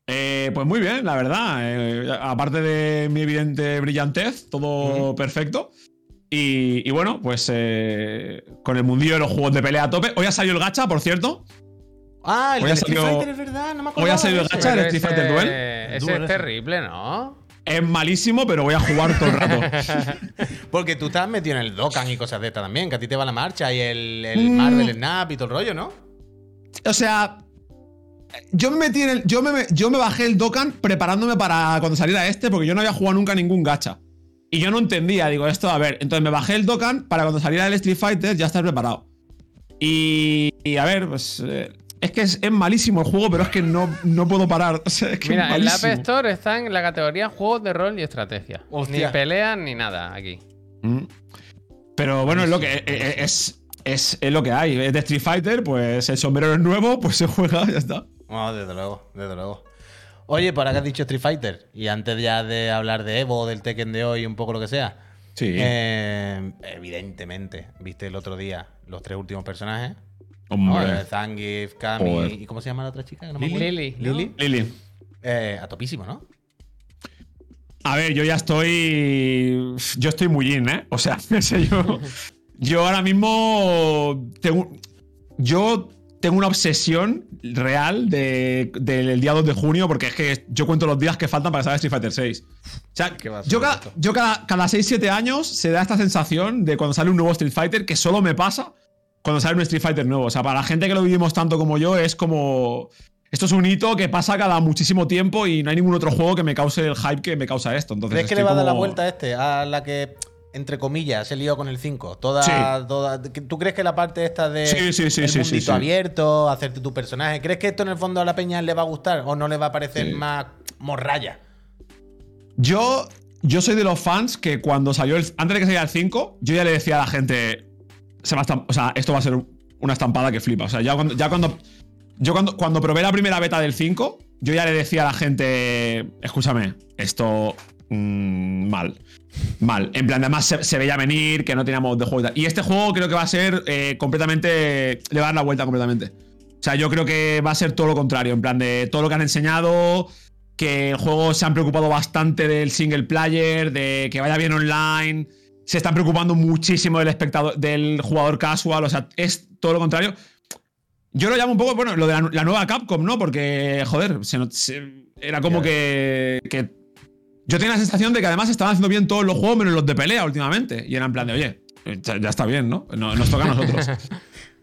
Eh, pues muy bien, la verdad. Eh, aparte de mi evidente brillantez, todo perfecto. Y, y bueno, pues eh, con el mundillo de los juegos de pelea a tope. Hoy ha salido el gacha, por cierto. Ah, el Hoy del ha Street salido- Fighter es verdad, no me acuerdo. hoy ha salido el gacha del Street Fighter Duel. Eh, ese, Duel, ese ese. es terrible, ¿no? Es malísimo, pero voy a jugar todo el rato. Porque tú estás metido en el Dokkan y cosas de estas también, que a ti te va la marcha y el, el Mm. Marvel Snap y todo el rollo, ¿no? o sea, yo me metí en el- yo me, yo me bajé el Dokkan preparándome para cuando saliera este, porque yo no había jugado nunca ningún gacha. Y yo no entendía, digo, esto, a ver. Entonces me bajé el Dokkan para cuando saliera el Street Fighter ya estar preparado. Y, y a ver, pues. eh, es que es, es malísimo el juego, pero es que no, no puedo parar. O sea, es que es Mira, el App malísimo. Store está en la categoría juegos de rol y estrategia. Hostia. Ni peleas ni nada aquí. Mm. Pero bueno, es lo que eh, eh, es, es, es lo que hay. Es de Street Fighter, pues el sombrero es nuevo, pues se juega, ya está. No, desde luego, desde luego. Oye, por acá has dicho Street Fighter, y antes ya de hablar de Evo, del Tekken de hoy, un poco lo que sea, Sí. eh, evidentemente, viste el otro día los tres últimos personajes. Ahora, Zangief, Kami Joder. y ¿cómo se llama la otra chica? Que no me acuerdo. Lili. Lili. Lili. Eh, a topísimo, ¿no? A ver, yo ya estoy. Yo estoy muy in, ¿eh? O sea, no sé, yo. Yo ahora mismo. Tengo, yo tengo una obsesión real de- del día 2 de junio, porque es que yo cuento los días que faltan para saber Street Fighter 6. O sea, Qué basura yo, cada, esto. yo cada, cada 6-7 años se da esta sensación de cuando sale un nuevo Street Fighter que solo me pasa cuando sale un Street Fighter nuevo. O sea, para la gente que lo vivimos tanto como yo, es como. Esto es un hito que pasa cada muchísimo tiempo y no hay ningún otro juego que me cause el hype que me causa esto. Entonces, ¿Crees que estoy le va a dar la como- vuelta a este? A la que, entre comillas, se lió con el 5. Toda, Sí. toda- ¿Tú crees que la parte esta de Sí, sí, sí, el sí, sí, mundito sí. abierto, hacerte tu personaje, ¿crees que esto en el fondo a la peña le va a gustar o no le va a parecer Sí. más morralla? Yo, yo soy de los fans que cuando salió el. Antes de que saliera el 5, yo ya le decía a la gente. Se va a estam- o sea, esto va a ser una estampada que flipa. O sea, ya cuando. Ya cuando yo cuando, cuando probé la primera beta del 5, yo ya le decía a la gente. Escúchame, esto. mm, mal. Mal. En plan, además se, se veía venir, que no teníamos de juego y tal. Y este juego creo que va a ser eh, completamente. Le va a dar la vuelta completamente. O sea, yo creo que va a ser todo lo contrario. En plan, de todo lo que han enseñado, que el juego se han preocupado bastante del single player, de que vaya bien online. Se están preocupando muchísimo del espectador, del jugador casual. O sea, es todo lo contrario. Yo lo llamo un poco, bueno, lo de la, la nueva Capcom, ¿no? Porque, joder, se no- se- era como que, que yo tenía la sensación de que además estaban haciendo bien todos los juegos menos los de pelea últimamente. Y era en plan de, oye, ya ya está bien, ¿no? No- Nos toca a nosotros.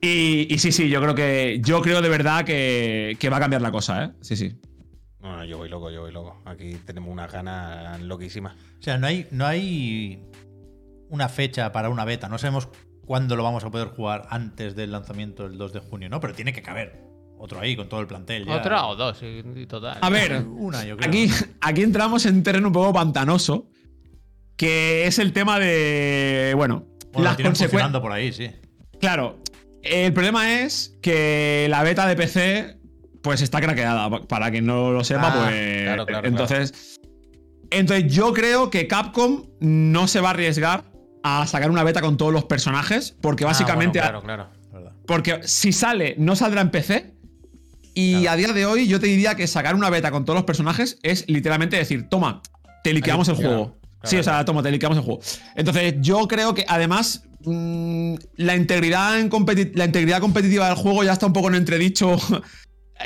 y, y sí, sí, yo creo que. Yo creo de verdad que, que va a cambiar la cosa, ¿eh? Sí, sí. No, no, yo voy loco, yo voy loco. Aquí tenemos unas ganas loquísimas. O sea, no hay, no hay una fecha para una beta. No sabemos cuándo lo vamos a poder jugar antes del lanzamiento del 2 de junio, ¿no? Pero tiene que caber. Otro ahí, con todo el plantel. ya. Otra o dos, y, y total. Ah, A ver, Una, yo creo. aquí, aquí entramos en terreno un poco pantanoso, que es el tema de, bueno, Bueno, las lo tienen consecuencias. funcionando por ahí, sí. Claro, el problema es que la beta de PC pues está craqueada. Pa- Para quien no lo sepa, Ah, pues claro, claro, claro. entonces entonces yo creo que Capcom no se va a arriesgar a sacar una beta con todos los personajes porque básicamente Ah, bueno, claro, claro. la verdad. porque si sale no saldrá en PC y a día de hoy yo te diría que sacar una beta con todos los personajes es literalmente decir, toma, te liquidamos el Ahí, claro, juego. claro, sí, o sea, toma, te liquidamos el juego. Entonces, yo creo que además mm, la, integridad en competi- la integridad competitiva del juego ya está un poco en entredicho.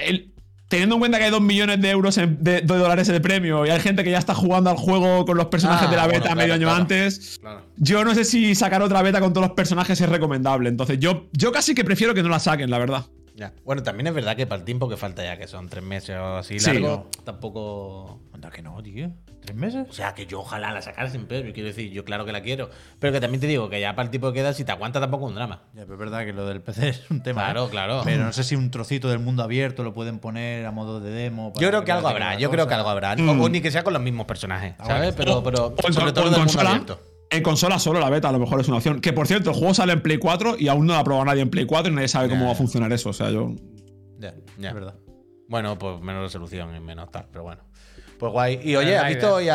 El- teniendo en cuenta que hay 2 millones de euros en- de, de dólares de premio y hay gente que ya está jugando al juego con los personajes Ah, de la bueno, beta claro, medio año claro. antes. claro. Yo no sé si sacar otra beta con todos los personajes es recomendable. Entonces, yo, yo casi que prefiero que no la saquen, la verdad. Ya. Bueno, también es verdad que para el tiempo que falta ya, que son tres meses o así Sí. largo, tampoco. Anda que no, tío. ¿Tres O meses? sea, que yo ojalá la sacara sin pedo. Yo quiero decir, yo claro que la quiero. Pero que también te digo que ya para el tipo que queda, si te aguanta tampoco es un drama. Ya, pero es verdad que lo del PC es un tema. Claro, ¿eh? claro. Pero no sé si un trocito del mundo abierto lo pueden poner a modo de demo. para Yo creo que algo parezca habrá, otra yo creo que cosa. algo habrá. Mm. O, o ni que sea con los mismos personajes, Ah, ¿sabes? Pero, pero O en, sobre o todo en del mundo consola. abierto. En consola solo la beta a lo mejor es una opción. Que por cierto, el juego sale en Play 4 y aún no lo ha probado nadie en Play 4 y nadie sabe cómo Ya, va a ya. funcionar eso. O sea, yo. Ya, ya. Es verdad. Bueno, pues menos resolución y menos tal, pero bueno. Pues guay. Y oye, Pero ¿has la visto hoy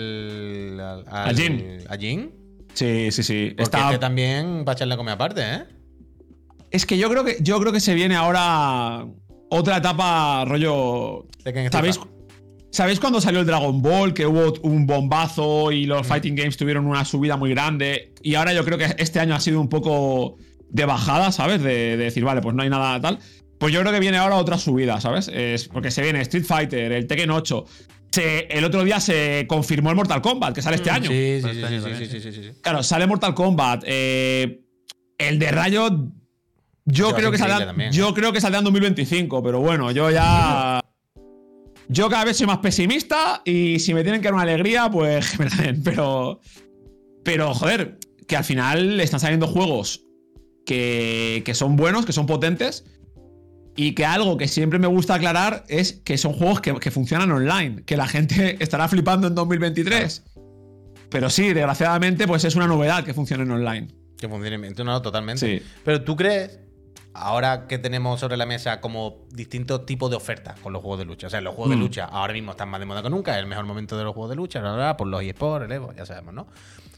al. al, al- A Jin. A Jin? Sí, sí, sí. Porque Está, este también va a echarle comida aparte, ¿eh? Es que yo creo que yo creo que se viene ahora otra etapa rollo. ¿De quién está? ¿Sabéis? ¿Sabéis cuando salió el Dragon Ball? Que hubo un bombazo y los Fighting Games tuvieron una subida muy grande. Y ahora yo creo que este año ha sido un poco de bajada, ¿sabes? De, de decir, vale, pues no hay nada tal. Pues yo creo que viene ahora otra subida, ¿sabes? Es porque se viene Street Fighter, el Tekken 8. Se- el otro día se confirmó el Mortal Kombat, que sale este año. Sí, Pero sí, sí, este sí, año sí, también, sí, sí. sí, sí, sí. Claro, sale Mortal Kombat. eh, el de Rayo. Yo Yo creo, que increíble saldrá, también. ¿eh? yo creo que saldrá en 2025, pero bueno, yo ya. Yo cada vez soy más pesimista y si me tienen que dar una alegría, pues que me la den. Pero. Pero, joder, que al final están saliendo juegos que, que son buenos, que son potentes. Y que algo que siempre me gusta aclarar es que son juegos que, que funcionan online, que la gente estará flipando en 2023. Pero sí, desgraciadamente, pues es una novedad que funcionen online. Que funcione. bien. No, totalmente. Sí. Pero tú crees, ahora que tenemos sobre la mesa como distintos tipos de ofertas con los juegos de lucha. O sea, los juegos Mm. de lucha ahora mismo están más de moda que nunca. Es el mejor momento de los juegos de lucha, la, la, la, por los eSports, el Evo, ya sabemos, ¿no?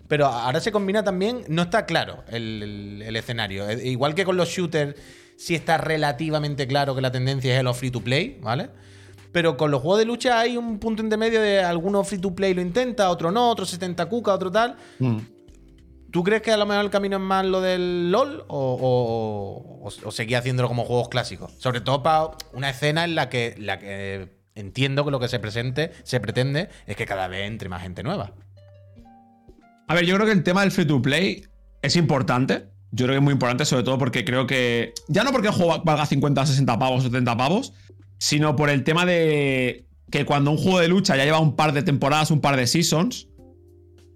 Pero ahora se combina también, no está claro el, el- el escenario. Eh, Igual que con los shooters, sí está relativamente claro que la tendencia es el free to play, ¿vale? Pero con los juegos de lucha hay un punto intermedio de algunos free to play lo intenta, otro no, otro 70 cuca, otro tal. Mm. ¿Tú crees que a lo mejor el camino es más lo del LOL o, o, o- o seguir haciéndolo como juegos clásicos? Sobre todo para una escena en la que, la que entiendo que lo que se presente, se pretende, es que cada vez entre más gente nueva. A ver, yo creo que el tema del free to play es importante. Yo creo que es muy importante, sobre todo porque creo que. Ya no porque el juego valga 50, 60 pavos o 70 pavos, sino por el tema de que cuando un juego de lucha ya lleva un par de temporadas, un par de seasons,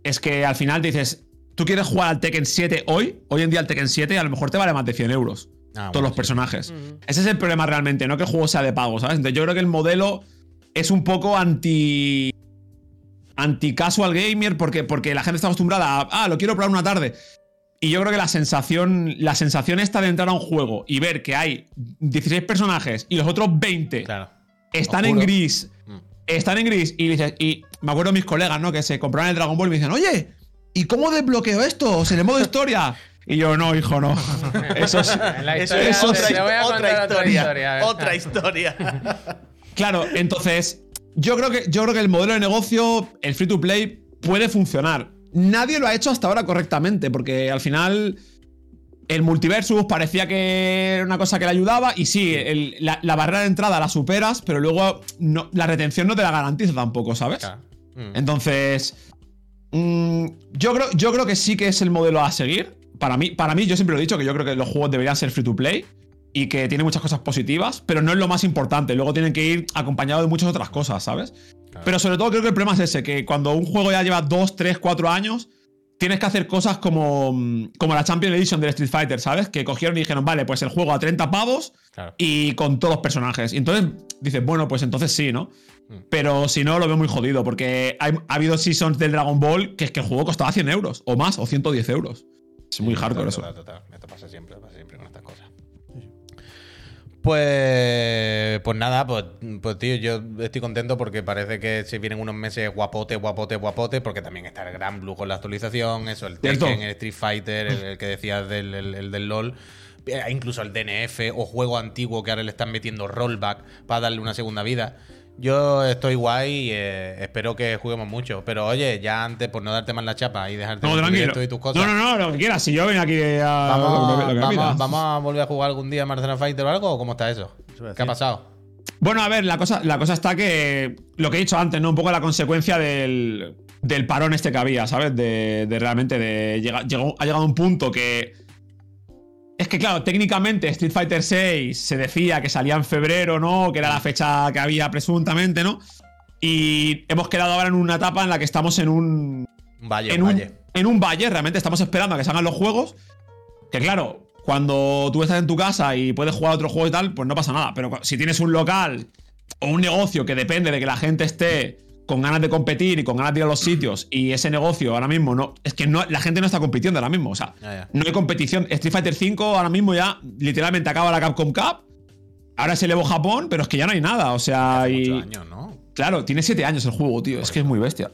es que al final te dices, tú quieres jugar al Tekken 7 hoy, hoy en día al Tekken 7 a lo mejor te vale más de 100 euros. Ah, todos bueno, los sí. personajes. Ujú. Ese es el problema realmente, no que el juego sea de pago, ¿sabes? Entonces yo creo que el modelo es un poco anti. anti-casual gamer, porque, porque la gente está acostumbrada a. Ah, lo quiero probar una tarde. Y yo creo que la sensación. La sensación esta de entrar a un juego y ver que hay 16 personajes y los otros 20 Claro. están Oscuro. en gris. Mm. Están en gris. Y, dices- y me acuerdo mis colegas, ¿no? Que se compraron el Dragon Ball y me dicen, oye, ¿y cómo desbloqueo esto? ¿En el modo historia? Y yo, no, hijo, no. Eso es. La eso- historia- eso te- sí. te voy a contar otra historia, a ver. Otra historia. Claro, entonces, yo creo que yo creo que el modelo de negocio, el free to play, puede funcionar. Nadie lo ha hecho hasta ahora correctamente, porque al final el multiversus parecía que era una cosa que le ayudaba, y sí, el- la, la barrera de entrada la superas, pero luego no- la retención no te la garantiza tampoco, ¿sabes? Claro. Mm. Entonces, mm, yo, creo, yo creo que sí que es el modelo a seguir. Para mí, para mí, yo siempre lo he dicho, que yo creo que los juegos deberían ser free to play y que tiene muchas cosas positivas, pero no es lo más importante. Luego tienen que ir acompañado de muchas otras cosas, ¿sabes? Pero sobre todo creo que el problema es ese, que cuando un juego ya lleva 2, 3, 4 años, tienes que hacer cosas como, mm, como la Champion Edition del Street Fighter, ¿sabes? Que cogieron y dijeron, vale, pues el juego a 30 pavos Claro. y con todos los personajes. Y entonces dices, bueno, pues entonces sí, ¿no? Mm. Pero si no, lo veo muy jodido, porque hay- ha habido seasons del Dragon Ball que es que el juego costaba 100 euros, o más, o 110 euros. Es muy hardcore Total, eso. Total, total. Esto pasa siempre, pasa siempre con estas cosas. Pues, pues nada, pues, pues tío, yo estoy contento porque parece que se vienen unos meses guapote, guapote, guapote, porque también está el Gran Blue con la actualización, eso, el Cierto. Tekken, el Street Fighter, el, el que decías del, el- el del LOL, eh, incluso el DNF o juego antiguo que ahora le están metiendo rollback para darle una segunda vida. Yo estoy guay y eh, espero que juguemos mucho, pero oye, ya antes, por no darte más la chapa y dejarte No, tu tranquilo. directo y tus cosas. No, no, no, lo que quieras. Si yo vengo aquí a. Vamos, lo que- lo que me vamos- pidas. vamos a volver a jugar algún día Marcela Fighter o algo? ¿O cómo está eso? Eso iba a ¿Qué ha decir. pasado? Bueno, a ver, la cosa, la cosa está que. Lo que he dicho antes, ¿no? Un poco la consecuencia del, del parón este que había, ¿sabes? De, de realmente. De, llega- llegó, ha llegado un punto que. Es que, claro, técnicamente Street Fighter VI se decía que salía en febrero, ¿no? Que era la fecha que había presuntamente, ¿no? Y hemos quedado ahora en una etapa en la que estamos en un Un valle, en un un, valle. en un valle, realmente estamos esperando a que salgan los juegos. Que claro, cuando tú estás en tu casa y puedes jugar a otro juego y tal, pues no pasa nada. Pero cu- si tienes un local o un negocio que depende de que la gente esté con ganas de competir y con ganas de ir a los sitios y ese negocio ahora mismo no es que no la gente no está compitiendo ahora mismo o sea Ya, ya. no hay competición Street Fighter 5 ahora mismo ya literalmente acaba la Capcom Cup ahora es el Evo Japón pero es que ya no hay nada o sea y, Ocho años, ¿no? Claro, tiene 7 años el juego, tío. Es que es muy bestia.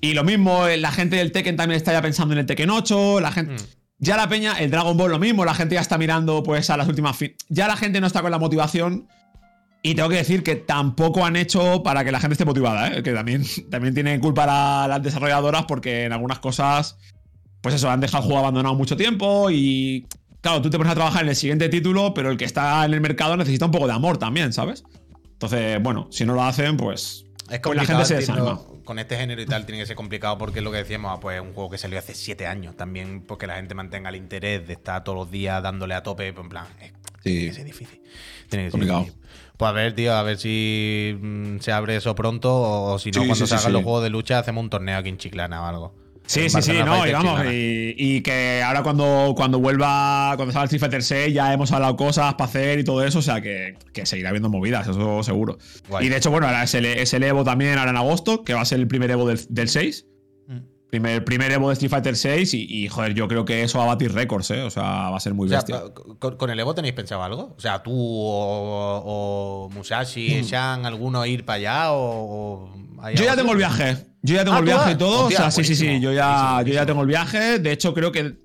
Y lo mismo, eh, la gente del Tekken también está ya pensando en el Tekken 8. La gente. Ya la peña, el Dragon Ball lo mismo. La gente ya está mirando pues a las últimas. fi- Ya la gente no está con la motivación. Y tengo que decir que tampoco han hecho para que la gente esté motivada, ¿eh? Que también, también tienen culpa la- las desarrolladoras porque en algunas cosas. Pues eso, han dejado el juego abandonado mucho tiempo y. Claro, tú te pones a trabajar en el siguiente título, pero el que está en el mercado necesita un poco de amor también, ¿sabes? Entonces, bueno, si no lo hacen, pues. Es pues complicado. la gente se entiendo, desarma. Con este género y tal tiene que ser complicado porque es lo que decíamos, ah, pues un juego que salió hace 7 años. También porque la gente mantenga el interés de estar todos los días dándole a tope. pues, En plan, es, tiene que ser difícil. Tiene que ser Complicado. difícil. Pues a ver, tío, a ver si mm, se abre eso pronto o, o si no, Sí, cuando sí, sí, salgan sí. los juegos de lucha hacemos un torneo aquí en Chiclana o algo. Sí, En sí, sí, Barcelona no, y Fighter vamos, Chiclana. y, y que ahora cuando, cuando vuelva, cuando salga el FIFA 6 ya hemos hablado cosas para hacer y todo eso, o sea que, que seguirá habiendo movidas, eso seguro. Guay. Y de hecho, bueno, ahora es el, es el Evo también, ahora en agosto, que va a ser el primer Evo del, del 6. Mm, Primer, primer Evo de Street Fighter 6 y, y, joder, yo creo que eso va a batir récords, ¿eh? O sea, va a ser muy O sea, bestia. ¿con, con el Evo tenéis pensado algo? O sea, tú o, o Musashi, Shan, alguno ir para allá o. o hay Mm. Yo ya algo? tengo el viaje. Yo ya tengo Ah, el ¿tú viaje vas? y todo. Hostia, o sea, sí, sí, sí. buenísimo, Yo ya, yo buenísimo, ya tengo el viaje. De hecho, creo que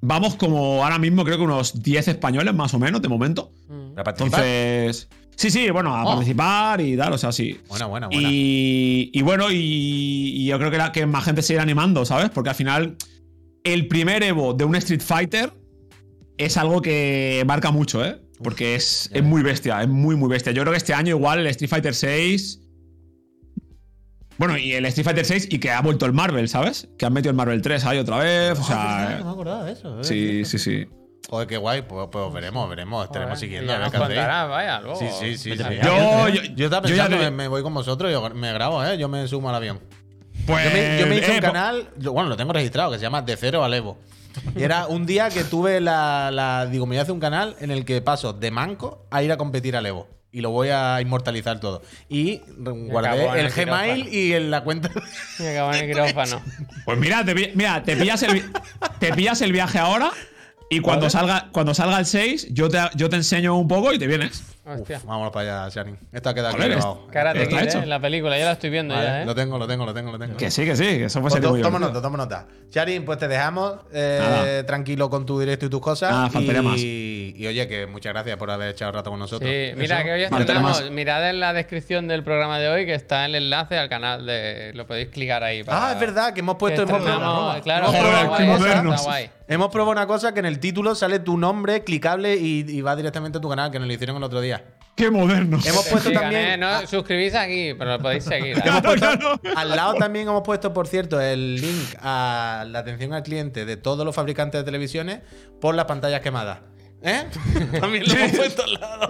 vamos como ahora mismo, creo que unos 10 españoles más o menos, de momento. ¿Para participar? Entonces. Sí, sí, bueno, a Oh. participar y tal, o sea, sí. Buena, buena, buena. Y, y bueno, y, y yo creo que, la- que más gente se irá animando, ¿sabes? Porque al final, el primer Evo de un Street Fighter es algo que marca mucho, ¿eh? Porque es, es muy bestia, es muy, muy bestia. Yo creo que este año igual el Street Fighter 6... Bueno, y el Street Fighter 6 y que ha vuelto el Marvel, ¿sabes? Que han metido el Marvel 3 ahí otra vez, o sea... no me acordaba de eso. eh, Sí, sí, sí. Joder, qué guay. Pues, pues veremos, veremos. Estaremos siguiendo. Ya A ver nos qué hacéis. contarás, vaya, luego. Sí, sí, sí. Venga, sí. ya. Yo- yo- yo estaba yo ya pensando, te- me, me voy con vosotros, yo me grabo, ¿eh? Yo me sumo al avión. Pues, Yo me, yo me hice eh, un canal, yo- bueno, lo tengo registrado, que se llama De Cero al Evo. Y era un día que tuve la, la- Digo, me voy a hacer un canal en el que paso de manco a ir a competir al Evo. Y lo voy a inmortalizar todo. Y guardé acabó en el, el Gmail y en la cuenta. Me acabo en el quirófano. Pues mira, te, pi- mira, te pillas el, vi- te pillas el viaje ahora y cuando salga, cuando salga el 6, yo te, yo te enseño un poco y te vienes. Hostia. Uf, vámonos para allá, Sharin. Esto ha quedado aquí Joder, grabado. Karate Está Kid, hecho. ¿eh? La película, ya la estoy viendo Vale, ya, ¿eh? Lo tengo, lo tengo, lo tengo, lo tengo. Que sí, que sí, que eso fue Pues ser to- muy toma divertido. nota, toma nota. Sharin, pues te dejamos eh, Nada. tranquilo con tu directo y tus cosas. Nada, faltaría y, más. y oye, que muchas gracias por haber echado rato con nosotros. Sí, mira Eso. que hoy Vale, estrenamos. más. Mirad en la descripción del programa de hoy que está el enlace al canal de. Lo podéis clicar ahí. para- Ah, es verdad, que hemos que puesto. hemos, estrenamos- probado, Claro, hemos, Joder, está probado qué guay, una está cosa- modernos. guay. hemos probado una cosa que en el título sale tu nombre clicable y, y va directamente a tu canal, que nos lo hicieron el otro día. Qué modernos. Hemos puesto Sigan, también. ¿eh? No, suscribís aquí, pero lo podéis seguir. ¿eh? Hemos puesto- Claro, Al lado también hemos puesto, por cierto, el link a la atención al cliente de todos los fabricantes de televisiones por las pantallas quemadas. ¿Eh? también lo hemos puesto al lado.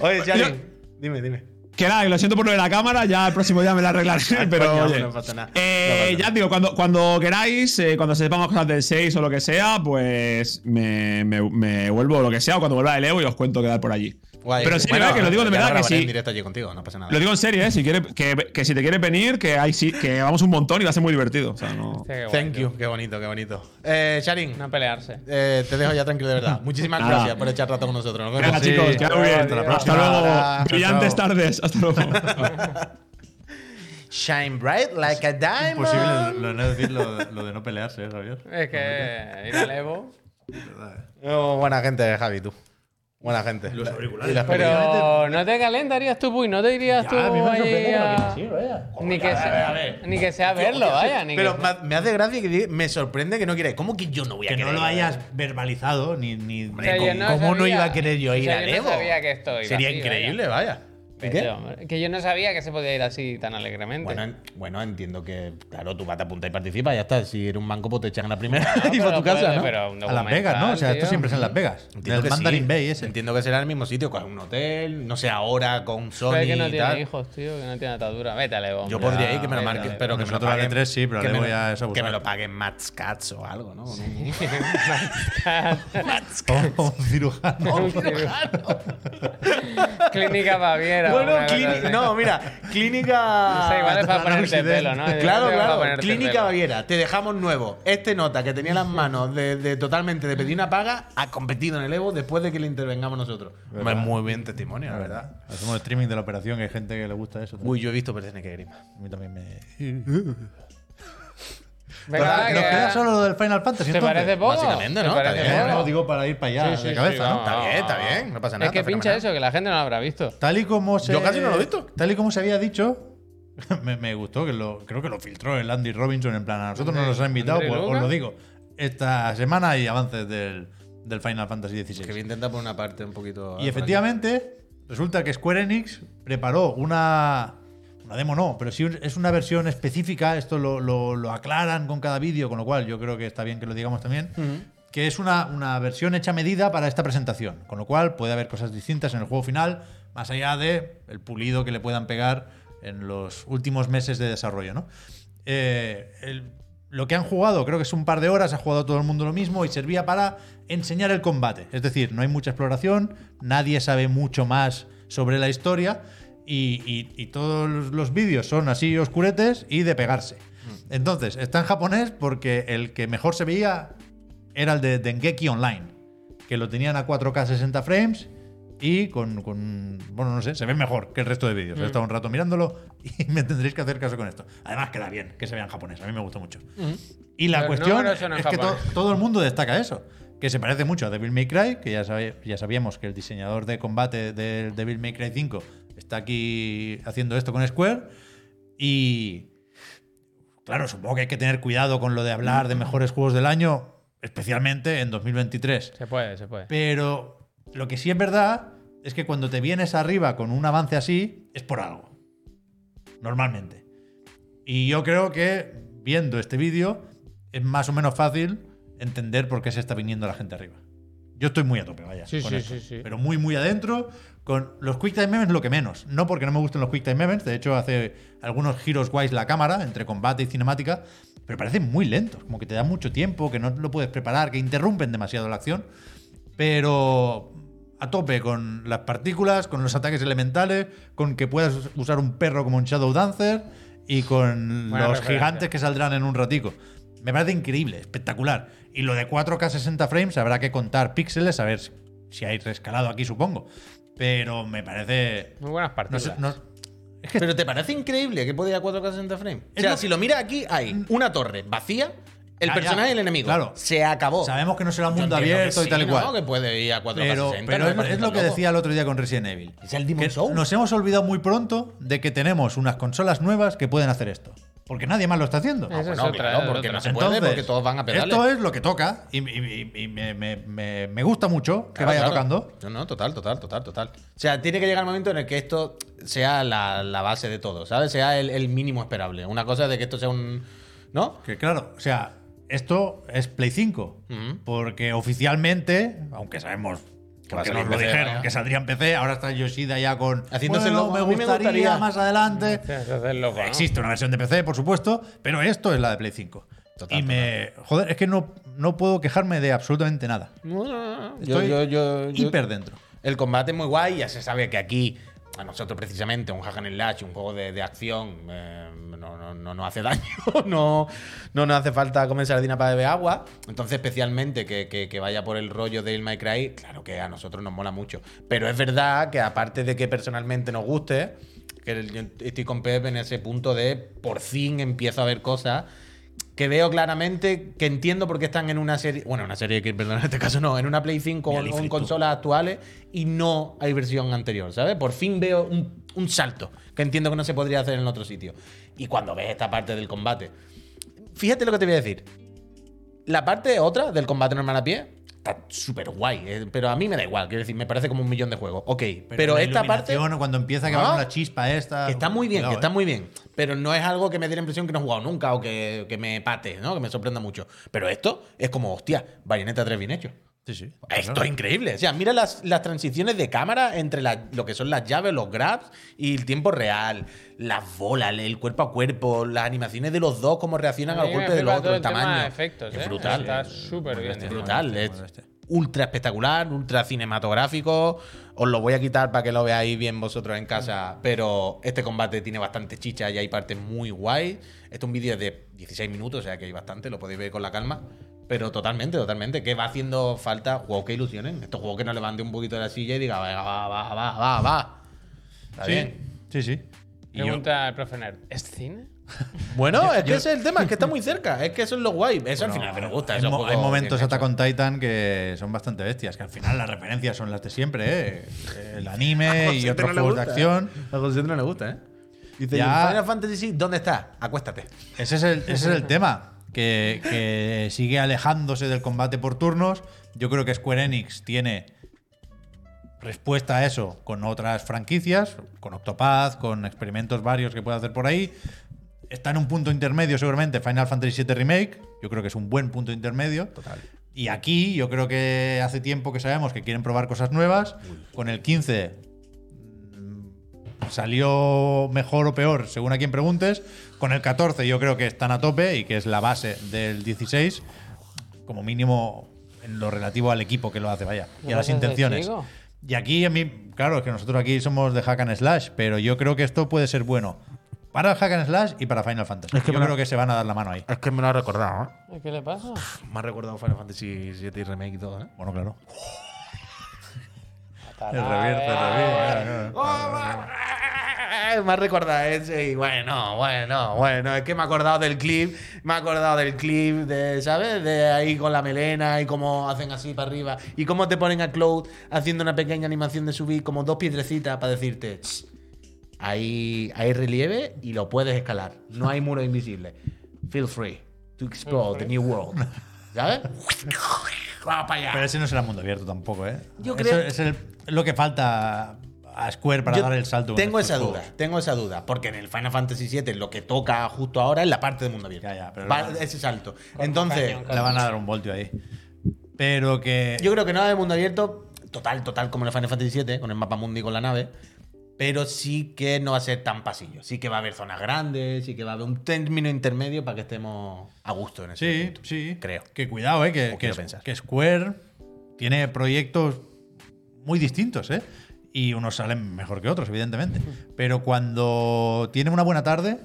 Oye, Charlie, dime, dime. Que nada, que lo siento por lo de la cámara, ya el próximo día me la arreglaré, pero coño, oye. no pasa nada. Eh, No pasa nada. ya os digo, cuando, cuando queráis, eh, cuando sepamos cosas del 6 o lo que sea, pues me, me, me vuelvo lo que sea, o cuando vuelva el Evo y os cuento quedar por allí. Guay. pero sí, Bueno, que lo digo de ya verdad, que grabaré sí. en directo allí contigo, no pasa nada. Lo digo en serio, eh, si quiere, que, que si te quieres venir, que, hay, sí- que vamos un montón y va a ser muy divertido. O sea, no- Hostia, qué guay, Thank tío. you, qué bonito, qué bonito. Eh, Sharin, No pelearse. eh, te dejo ya tranquilo de verdad. Muchísimas Nada. gracias por echar rato con nosotros. Nos Venga, vemos. Sí. chicos, que vaya muy bien. Hasta la próxima. Hasta luego. Chao. Brillantes tardes. Hasta luego. Shine bright like a diamond. Imposible lo, de no decir lo, de- lo de no pelearse, ¿eh, Javier? Es que ir al Evo. Oh, buena gente, Javi, tú. Buena gente. Los auriculares. Pero no te calentarías tú, Puy, no te irías tú ahí a... Ni que sea, ni que sea verlo, vaya. Ni Pero que... ma- me hace gracia que di- me sorprende que no quieras. ¿Cómo que yo no voy a Que no querer? lo hayas verbalizado ni. ni O sea, yo ¿cómo- no ¿Cómo no sabía- iba a querer yo o sea, ir al yo Evo? No sabía que esto iba Sería así, vaya. increíble, vaya. ¿Y Vete, hombre. Que yo no sabía que se podía ir así tan alegremente. Bueno, en- bueno, entiendo que, claro, tú vas, te apuntas y participas, ya está. Si eres un banco, pues te echan a la primera No, y para pero tu casa, puede, ¿no? pero un A Las Vegas, ¿no? O sea, esto documental, siempre es tío. en Las Vegas. En Entiendo el que Mandarin sí. Bay ese. Entiendo que será en el mismo sitio, con un hotel, no sé, ahora con Sony Puede que no y tiene tal. hijos, tío, que no tiene atadura. Vete al Evo. Yo hombre, podría ya, ir que me lo vete al marquen, Evo. pero que me lo Nosotros la de paguen. tres sí, pero la que de me Evo lo- ya es abusar. Que me lo paguen Mats Katz o algo, ¿no? Ah. Como un cirujano. Un cirujano. Clínica Baviera. bueno, una cosa clínica- así. no, mira, clínica. O sea, igual es para ponerte Residente. pelo, ¿no? Claro, Es para claro. ponerte Clínica pelo. Baviera, te dejamos nuevo. Este nota que tenía las manos de, de totalmente de pedir una paga ha competido en el Evo después de que le intervengamos nosotros. Hombre, Muy bien testimonio, la verdad. Hacemos streaming de la operación, que hay gente que le gusta eso. Uy, yo he visto personas que grima. A mí también me. Venga, Nos- va, Nos que- queda solo lo del Final Fantasy. ¿Te entonces. Eh, parece poco? Básicamente, ¿Te ¿no? parece Está bien, poco? No, digo para ir para allá, Sí, sí, de cabeza, sí, ¿no? vamos. Está bien, está bien, no pasa nada. es que está pincha fenomenal. eso, que la gente no lo habrá visto. Tal y como se. Yo casi no lo he visto. Tal y como se había dicho. Me, me gustó que lo. Creo que lo filtró el Andy Robinson. En plan, a nosotros no nos ha invitado, André pues os Luca. lo digo. Esta semana hay avances del, del Final Fantasy XVI. Que voy a intentar por una parte un poquito. Y efectivamente, resulta que Square Enix preparó una. Una demo no, pero sí un- es una versión específica. Esto lo, lo- lo aclaran con cada vídeo, con lo cual yo creo que está bien que lo digamos también. Que es una, una versión hecha a medida para esta presentación. Con lo cual puede haber cosas distintas en el juego final, más allá de el pulido que le puedan pegar en los últimos meses de desarrollo, ¿no? Eh, el- lo que han jugado, creo que es un par de horas, ha jugado todo el mundo lo mismo y servía para enseñar el combate. Es decir, no hay mucha exploración, nadie sabe mucho más sobre la historia y, y- y todos los- los vídeos son así oscuretes y de pegarse. Entonces, está en japonés porque el que mejor se veía era el de Dengeki Online, que lo tenían a 4K 60 frames y con, con- bueno, no sé, se ve mejor que el resto de Mm. vídeos. He estado un rato mirándolo y me tendréis que hacer caso con esto. Además, queda bien que se vea en japonés, a mí me gustó mucho. Mm. Y la Los cuestión números son en es que to- japonés. todo el mundo destaca eso, que se parece mucho a Devil May Cry, que ya, sabe- ya sabíamos que el diseñador de combate del Devil May Cry 5 está aquí haciendo esto con Square y claro, supongo que hay que tener cuidado con lo de hablar de mejores juegos del año, especialmente en 2023. Se puede, se puede. Pero lo que sí es verdad es que cuando te vienes arriba con un avance así, es por algo. Normalmente. Y yo creo que viendo este vídeo es más o menos fácil entender por qué se está viniendo la gente arriba. Yo estoy muy a tope, vaya. Sí, con sí, esto. sí, sí. Pero muy, muy adentro. Con los Quick Time Events, lo que menos. No porque no me gusten los Quick Time Events. De hecho, hace algunos giros guays la cámara, entre combate y cinemática. Pero parecen muy lentos. Como que te da mucho tiempo, que no lo puedes preparar, que interrumpen demasiado la acción pero a tope con las partículas, con los ataques elementales, con que puedas usar un perro como un Shadow Dancer y con Buena los referencia. gigantes que saldrán en un ratico. Me parece increíble, espectacular. Y lo de 4K 60 frames habrá que contar píxeles, a ver si- si hay rescalado aquí, supongo. Pero me parece... Muy buenas no partidas. sé, no- Pero ¿te parece increíble que puede ir a 4K 60 frames? O Es sea, lo- Mm. Ah, si lo mira aquí, hay una torre vacía, el Ya, personaje ya. y el enemigo. Claro. Se acabó. sabemos que no será Oh. Yo un mundo entiendo que abierto y sí, tal y ¿no? cual. que puede ir a 4K Pero, 60. pero no es, me parece es lo tan que loco. decía el otro día con Resident Evil. Es el Demon Que Soul. Nos hemos olvidado muy pronto de que tenemos unas consolas nuevas que pueden hacer esto. Porque nadie más lo está haciendo. Eso Ah, bueno, es otra, claro, es porque otra. no se puede, porque todos van a pedales. Esto es lo que toca y, y- y- y me, me- me- me gusta mucho que Claro, vaya claro. tocando. No, no, total, total, total, total. O sea, tiene que llegar el momento en el que esto sea la, la base de todo, ¿sabes? Sea el, el mínimo esperable. Una cosa es de que esto sea un. ¿No? Que claro, o sea, esto es Play 5. Porque oficialmente, aunque sabemos Que va a Porque nos salir en lo PC, dijeron, vaya. que saldría en PC, ahora está Yoshida ya con. Haciéndose bueno, loco, me a mí me gustaría, gustaría". más adelante. Eso es loco, ¿no? Existe una versión de PC, por supuesto, pero esto es la de Play 5. Total, y me. Joder, es que no, no puedo quejarme de absolutamente nada. No, no, no. Yo, Estoy yo, yo, yo- Hiper dentro. El combate es muy guay, ya se sabe que aquí, a nosotros precisamente, un hack and slash, un juego de, de acción, eh, no nos no, no nos hace daño, no no nos hace falta comer sardina para beber agua. Entonces, especialmente que, que- que vaya por el rollo del My Cry, claro que a nosotros nos mola mucho. Pero es verdad que aparte de que personalmente nos guste, que el- yo estoy con Pep en ese punto de por fin empiezo a ver cosas que veo claramente, que entiendo por qué están en una serie, bueno, una serie que, perdón, en este caso no, en una Play 5 o Mira, Leafy, en tú. consolas actuales y no hay versión anterior, ¿sabes? Por fin veo un, un salto que entiendo que no se podría hacer en otro sitio. Y cuando ves esta parte del combate, fíjate lo que te voy a decir. La parte otra del combate normal a pie está súper guay, eh, pero a mí me da igual, quiero decir, me parece como un millón de juegos. Ok, pero, la esta parte... iluminación, Cuando empieza que Ah. va con la chispa esta. Que está muy bien, que Cuidado, está eh. muy bien. Pero no es algo que me dé la impresión que no he jugado nunca o que, que me pate, ¿no? Que me sorprenda mucho. Pero esto es como, hostia, Bayonetta 3 bien hecho. Sí, sí. Esto Claro. es increíble. O sea, mira las, las transiciones de cámara entre la- lo que son las llaves, los grabs y el tiempo real. Las bolas, el cuerpo a cuerpo, las animaciones de los dos, cómo reaccionan A mí al me golpe del flipa otro, todo el el tema tamaño. de efectos, es ¿eh? brutal. Está Sí, sí, súper sí. bien Es hecho. brutal. Es Bueno, este. ultra espectacular, ultra cinematográfico. Os lo voy a quitar para que lo veáis bien vosotros en casa. Pero este combate tiene bastante chicha y hay partes muy guay. Este es un vídeo de 16 minutos, o sea que hay bastante, lo podéis ver con la calma. Pero totalmente, totalmente. Que va haciendo falta juegos que ilusionen. Estos juegos que nos levante un poquito de la silla y diga, va, va, va, va, va, va. Está Sí, bien. Sí, sí. Y yo- Pregunta el profe Nerd. ¿Es cine? Bueno, es que ese es el tema, es que está muy cerca. Es que eso es lo guay. Eso al final me gusta. hay, esos mo- juegos hay momentos bien Attack on Titan que son bastante bestias, que al final las referencias son las de siempre, ¿eh? El A anime José y te otros no le juegos de gusta, acción. ¿eh? A José no le gusta, ¿eh? Dice, Ya. "¿Y Final Fantasy, ¿dónde está? Acuéstate. Ese es el, ese es el tema. Que, que sigue alejándose del combate por turnos. Yo creo que Square Enix tiene respuesta a eso con otras franquicias, con Octopath, con experimentos varios que puede hacer por ahí. Está en un punto intermedio, seguramente, Final Fantasy VII Remake. Yo creo que es un buen punto intermedio. Total. Y aquí, yo creo que hace tiempo que sabemos que quieren probar cosas nuevas. Con el 15 salió mejor o peor, según a quien preguntes. Con el 14 yo creo que están a tope y que es la base del 16, como mínimo en lo relativo al equipo que lo hace, vaya, y a las Gracias, intenciones. chico. Y aquí, a mí, claro, es que nosotros aquí somos de hack and slash, pero yo creo que esto puede ser bueno para el hack and slash y para Final Fantasy. yo creo que se van a dar la mano ahí. Es que me lo ha recordado, ¿eh? ¿Qué le pasa? Me ha recordado Final Fantasy VII y Remake y todo, ¿eh? Bueno, claro. Atará, El revierte, el revierte, claro, claro. Me ha recordado Ah, ese y bueno, bueno, bueno. Es que me he acordado del clip, me he acordado del clip de, ¿sabes? De ahí con la melena y cómo hacen así para arriba. Y cómo te ponen a Cloud haciendo una pequeña animación de subir como dos piedrecitas para decirte, "Ch, hay, hay relieve y lo puedes escalar. No hay muro invisible. Feel free to explore the new world. ¿Sabes? Vamos para allá. Pero ese no será mundo abierto tampoco, ¿eh? Yo Eso creo- es el- lo que falta a Square para Yo dar el salto. con Tengo estos esa duda, juegos. tengo esa duda, porque en el Final Fantasy VII lo que toca justo ahora es la parte de mundo abierto. Ya, ya, pero Va- no- ese salto. Entonces, cañón, Le van a dar un voltio ahí. Pero que. yo creo que nada de mundo abierto, total, total, como en el Final Fantasy VII, con el mapa mundi y con la nave. Pero sí que no va a ser tan pasillo. Sí que va a haber zonas grandes, sí que va a haber un término intermedio para que estemos a gusto en eso. sí, sí. creo. Que cuidado, ¿eh? Que, O que, quiero pensar. que Square tiene proyectos muy distintos, ¿eh? Y unos salen mejor que otros, evidentemente. Hmm. Pero cuando tiene una buena tarde,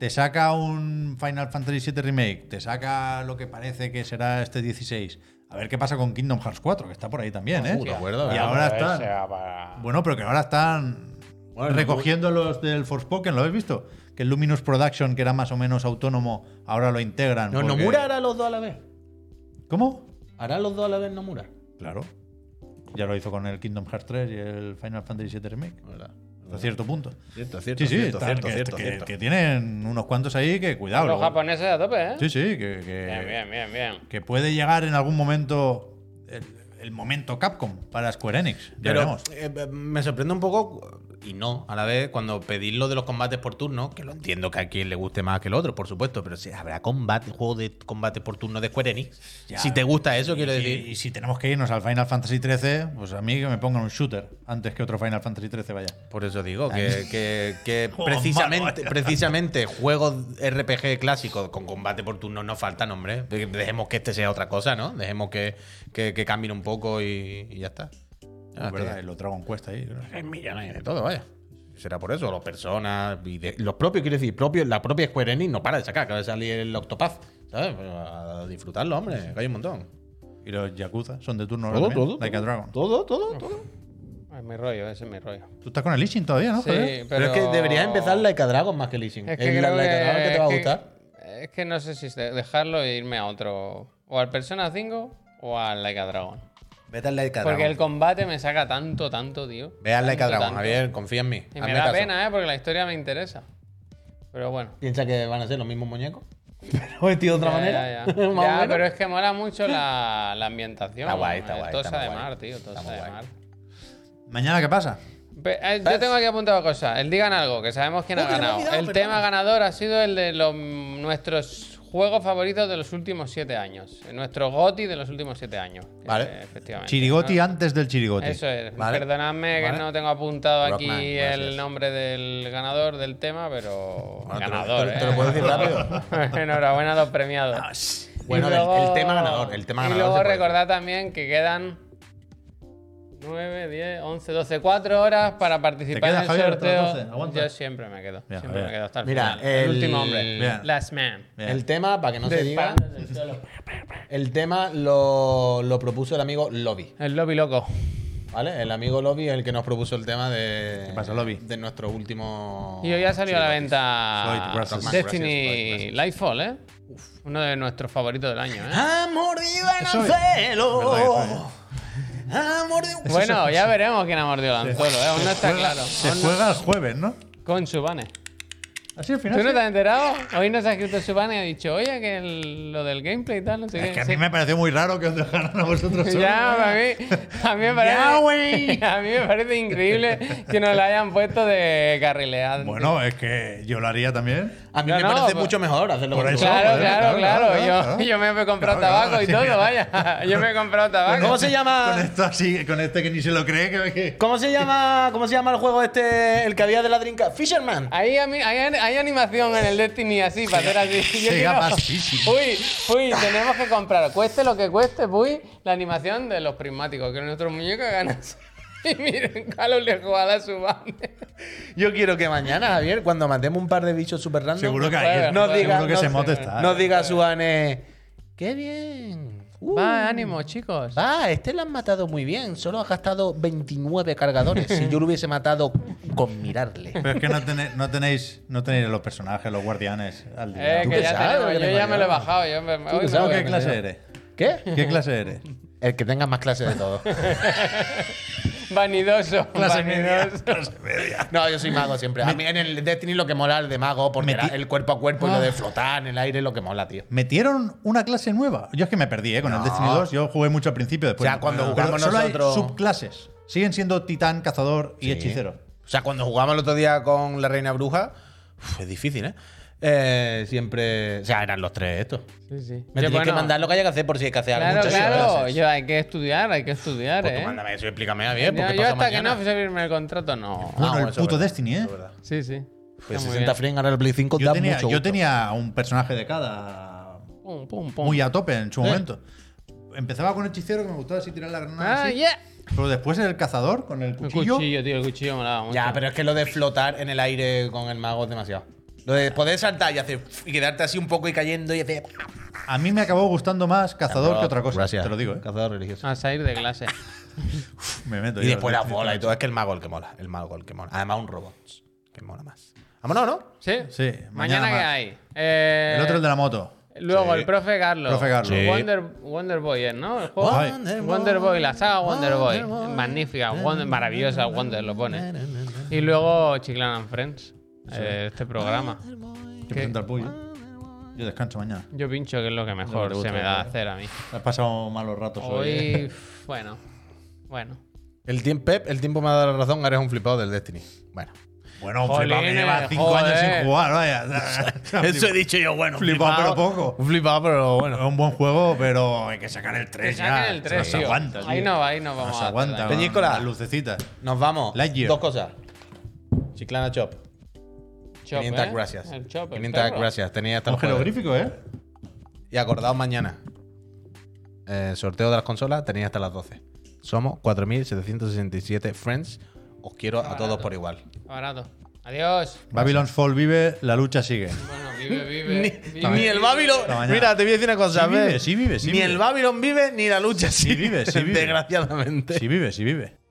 te saca un Final Fantasy VII Remake, te saca lo que parece que será este 16. A ver qué pasa con Kingdom Hearts 4, que está por ahí también, ¿eh? Uh, de acuerdo, y ¿verdad? ahora Pero están. ese va para- Bueno, pero que ahora están Bueno, recogiendo los del Forspoken, ¿lo habéis visto? Que el Luminous Production, que era más o menos autónomo, ahora lo integran. No, porque- Nomura hará los dos a la vez. ¿Cómo? Hará los dos a la vez Nomura. Claro. Ya lo hizo con el Kingdom Hearts 3 y el Final Fantasy VII Remake. ¿Verdad? Hasta cierto punto. Cierto, cierto, Sí, sí, cierto, están- cierto, que, cierto, que- cierto. que tienen unos cuantos ahí que cuidado. Los luego- japoneses a tope, ¿eh? Sí, sí, que, que- Bien, bien, bien, bien. que puede llegar en algún momento el, el momento Capcom para Square Enix. Ya Pero veremos. eh, me sorprende un poco, y no, a la vez, cuando pedís lo de los combates por turno, que lo entiendo que a quien le guste más que el otro, por supuesto, pero si habrá combate, juego de combate por turno de Square Enix. Ya. si te gusta eso, quiero Y- decir. Y, si tenemos que irnos al Final Fantasy XIII, pues a mí que me pongan un shooter antes que otro Final Fantasy XIII vaya. Por eso digo que, que- que Juegos precisamente, malos, precisamente juegos RPG clásicos con combate por turno no faltan, hombre. Dejemos que este sea otra cosa, ¿no? Dejemos que, que, que cambien un poco y, y ya está. Ah, Es verdad, el Dragon Quest ahí. Hay millones de todo, vaya. Será por eso, los personas, y de- los propios, quiero decir, propios, la propia Square Enix no para de sacar, acaba de salir el Octopath, ¿sabes? Pero A disfrutarlo, hombre, que hay un montón. Y los Yakuza son de turno. ahora Todo, también, todo. Like a Dragon. Todo, todo, todo. Es mi rollo, ese es mi rollo. Tú estás con el Ishin todavía, ¿no? Sí, Javier? pero... Ah, Pero, es que deberías empezar Like a Dragon más que Leasing. Es Es que el creo Like a Dragon que te va a es que- gustar. Es que no sé si de- dejarlo e irme a otro. O al Persona 5 o al Like a Dragon. Vete al Like a Porque el Dragon. combate me saca tanto, tanto, tío. Ve al Like a Tanto, Dragon, tanto. Javier, confía en mí. Y me hazme da caso. pena, ¿eh? Porque la historia me interesa. Pero bueno. ¿Piensa que van a ser los mismos muñecos? Pero vestido de otra Ya, manera. ya, ya. Más o Ya, menos. pero es que mola mucho la, la ambientación. Está guay, está guay, Tosa está muy de guay. mar, tío. Tosa Está muy de guay. mar. ¿Mañana qué pasa? Pe- eh, Yo tengo aquí apuntado cosas. El digan algo, que sabemos quién ha Oh, que lo hemos ganado. olvidado, el perdona. tema ganador ha sido el de los, nuestros juegos favoritos de los últimos siete años. Nuestro GOTI de los últimos siete años. Vale. Eh, Efectivamente. Chirigoti ¿no? antes del Chirigoti. Eso es. Vale. Perdonadme que Vale. no tengo apuntado aquí Rockman, gracias. el nombre del ganador del tema, pero Bueno, te lo- ganador. te lo- ¿eh? te lo puedo decir rápido. Enhorabuena a los premiados. Bueno, Y del- luego- el tema ganador. El tema ganador. Y luego se puede recordad también que quedan 9, 10, 11, 12, 4 horas para ¿Te participar en quedas, el Javier, hasta las sorteo. 12? Aguanta. Yo siempre me quedo. Mira, siempre me Javier. quedo hasta el Mira, final. El, el- último hombre. Mira. Last man. Bien. El tema, para que no se diga, Disparando desde el suelo. el tema lo, lo propuso el amigo Lobby. El lobby loco. ¿Vale? El amigo Lobby es el que nos propuso el tema de. ¿Qué pasa, Lobby? De nuestro último. Y hoy ha salido a la venta Floyd Gracias. Floyd Destiny Gracias. Lightfall, ¿eh? Uno de nuestros favoritos del año, ¿eh? ¡Ha mordido el Eso es- verdad que ¿eh? anzuelo! eso ¡Ha mordido! Bueno, ya veremos quién ha mordido el anzuelo, ¿eh? Aún no está Juega- claro. Se Aún no- juega el jueves, ¿no? Con Subane. Así al final. ¿Tú no sí. te has enterado? Hoy nos ha escrito Subane y ha dicho, oye, que el- lo del gameplay y tal, no sé qué. Es que a Sí. mí me pareció muy raro que os dejaran a vosotros solos. Ya, a mí, a mí me Ya, parece, güey. a mí me parece increíble que nos la hayan puesto de carrileada. Bueno, es que yo lo haría también. A mí No, me no, parece por- mucho mejor hacerlo por con eso, tu- claro, joder, claro, claro, claro, claro, Yo, claro. yo me he Claro, comprado claro, tabaco y sí, todo, mira. vaya. Yo me he comprado tabaco. ¿Cómo se Con llama? esto así, con este que ni se lo cree, que, que- ¿Cómo se llama? ¿Cómo se llama el juego este? El que había de la drinka. Fisherman. Hay, ami- hay, an- hay animación en el Destiny así, para hacer así. Sega Yo quiero- más físico. Uy, uy, tenemos que comprar, cueste lo que cueste, uy, la animación de los prismáticos, que nuestro muñeco gana. Y miren, Carlos le jugada a su banda. Yo quiero que mañana, Javier, cuando matemos un par de bichos super random. Seguro que Juega, ahí. no diga- seguro que no se sé, mote está. Nos diga Suane. ¡Qué bien! Uh, Va, ánimo, chicos. Va, este lo han matado muy bien. Solo ha gastado 29 cargadores. si yo lo hubiese matado con mirarle. Pero es que no, tenéis, no, tenéis, no tenéis los personajes, los guardianes al día. Eh, ¿Tú que qué ya sabes tenemos, lo que yo tengo ya yo? me lo he bajado. Yo me, hoy qué me sabes voy a ¿Qué clase Dios. eres? ¿Qué? ¿Qué clase eres? El que tenga más clase de todo. meter. Vanidoso. Clase media. vanidoso. Clase media. No, yo soy mago siempre. A mí en el Destiny lo que mola el de mago, porque Metí- era el cuerpo a cuerpo y Ah. lo de flotar en el aire es lo que mola, tío. ¿Metieron una clase nueva? Yo es que me perdí, ¿eh? Con el Destiny 2 yo jugué mucho al principio. Después O sea, cuando Pero jugamos solo nosotros- hay subclases. Siguen siendo titán, cazador y hechicero. O sea, cuando jugamos el otro día con la reina bruja, uf, es difícil, ¿eh? Eh, Siempre. O sea, eran los tres estos. Sí, sí. Me Yo, tenéis que bueno, mandar lo que haya que hacer por si hay que hacer algo. Claro, Muchas claro. gracias. Yo, hay que estudiar, hay que estudiar, Pues tú eh. mándame eso y explícame a bien. yo, Porque yo pasa hasta que no mañana. firme el contrato, no. Bueno, Ah, el bueno, eso es puto verdad, Destiny, ¿eh? eso es verdad. Sí, sí. Pues Está muy 60 bien. frames ahora el Play 5 Yo da tenía, mucho yo gusto. tenía un personaje de cada Pum, pum, pum. muy a tope en su momento. Empezaba con hechicero, que me gustaba así tirar la granada. Ah, así. yeah. Pero después el cazador con el El cuchillo. cuchillo, tío, el cuchillo me la mucho. Ya, pero es que lo de flotar en el aire con el mago es demasiado. Lo de poder saltar y hacer y quedarte así un poco y cayendo y hacer. A mí me acabó gustando más cazador que otra cosa. Gracias. Te lo digo, ¿eh? Cazador religioso. A Ah, salir de clase. Me meto Ah, Y yo. después las bolas y todo. Es que el mago es el que mola. El mago es el que mola. Además, un robot. Que mola más. Vámonos, ¿no? ¿Sí? Sí, ¿Mañana, mañana qué más. hay? Eh, El otro, el de la moto. Luego Sí. el profe Carlos. Profe Carlos. Sí. Wonder, Wonder Boy, ¿eh? ¿no? El juego. Ay. Wonder, Boy, la saga Wonder, Boy. Magnífica, Wonder- maravillosa Wonder, lo pone. Y luego Chiclan and Friends, eh, este programa. Que presenta el pollo. Yo descanso mañana. Yo pincho, que es lo que mejor gusta se me el eh. Pues da juego. hacer a mí. Has pasado malos ratos hoy. ¿eh? Hoy, bueno, bueno. El tiempo, Pep, el tiempo me ha dado la razón, eres un flipado del Destiny. Bueno. Bueno, un flipado que Jolines, lleva cinco años joder. sin jugar, vaya. Eso he dicho yo, bueno, Flipado, pero poco. Un flipado, pero bueno. Es un buen juego, pero hay que sacar el 3 Que saquen el 3, se tío. aguanta, tío. Ahí no, ahí no No vamos a se hacer aguanta. daño. con Peñícola. las lucecitas. Nos vamos. Lightyear. Dos cosas. Chiclana Chop. Chop, 500 ¿eh? gracias. El chop, el 500 perro. gracias. Tenía hasta el Los jueves. jeroglíficos, ¿eh? Y acordaos mañana. Eh, sorteo de las consolas tenéis hasta las 12. Somos 4.767 friends. Os quiero a todos por igual. Barato. Adiós. Babylon's Fall vive, la lucha sigue. Bueno, vive, vive. vive, vive. Hasta mañana. Mira, te voy a decir una cosa. Sí ¿ves? vive, sí vive, sí ni vive. el Babylon vive, ni la lucha Sí vive, sí vive. Desgraciadamente. Si vive, si vive.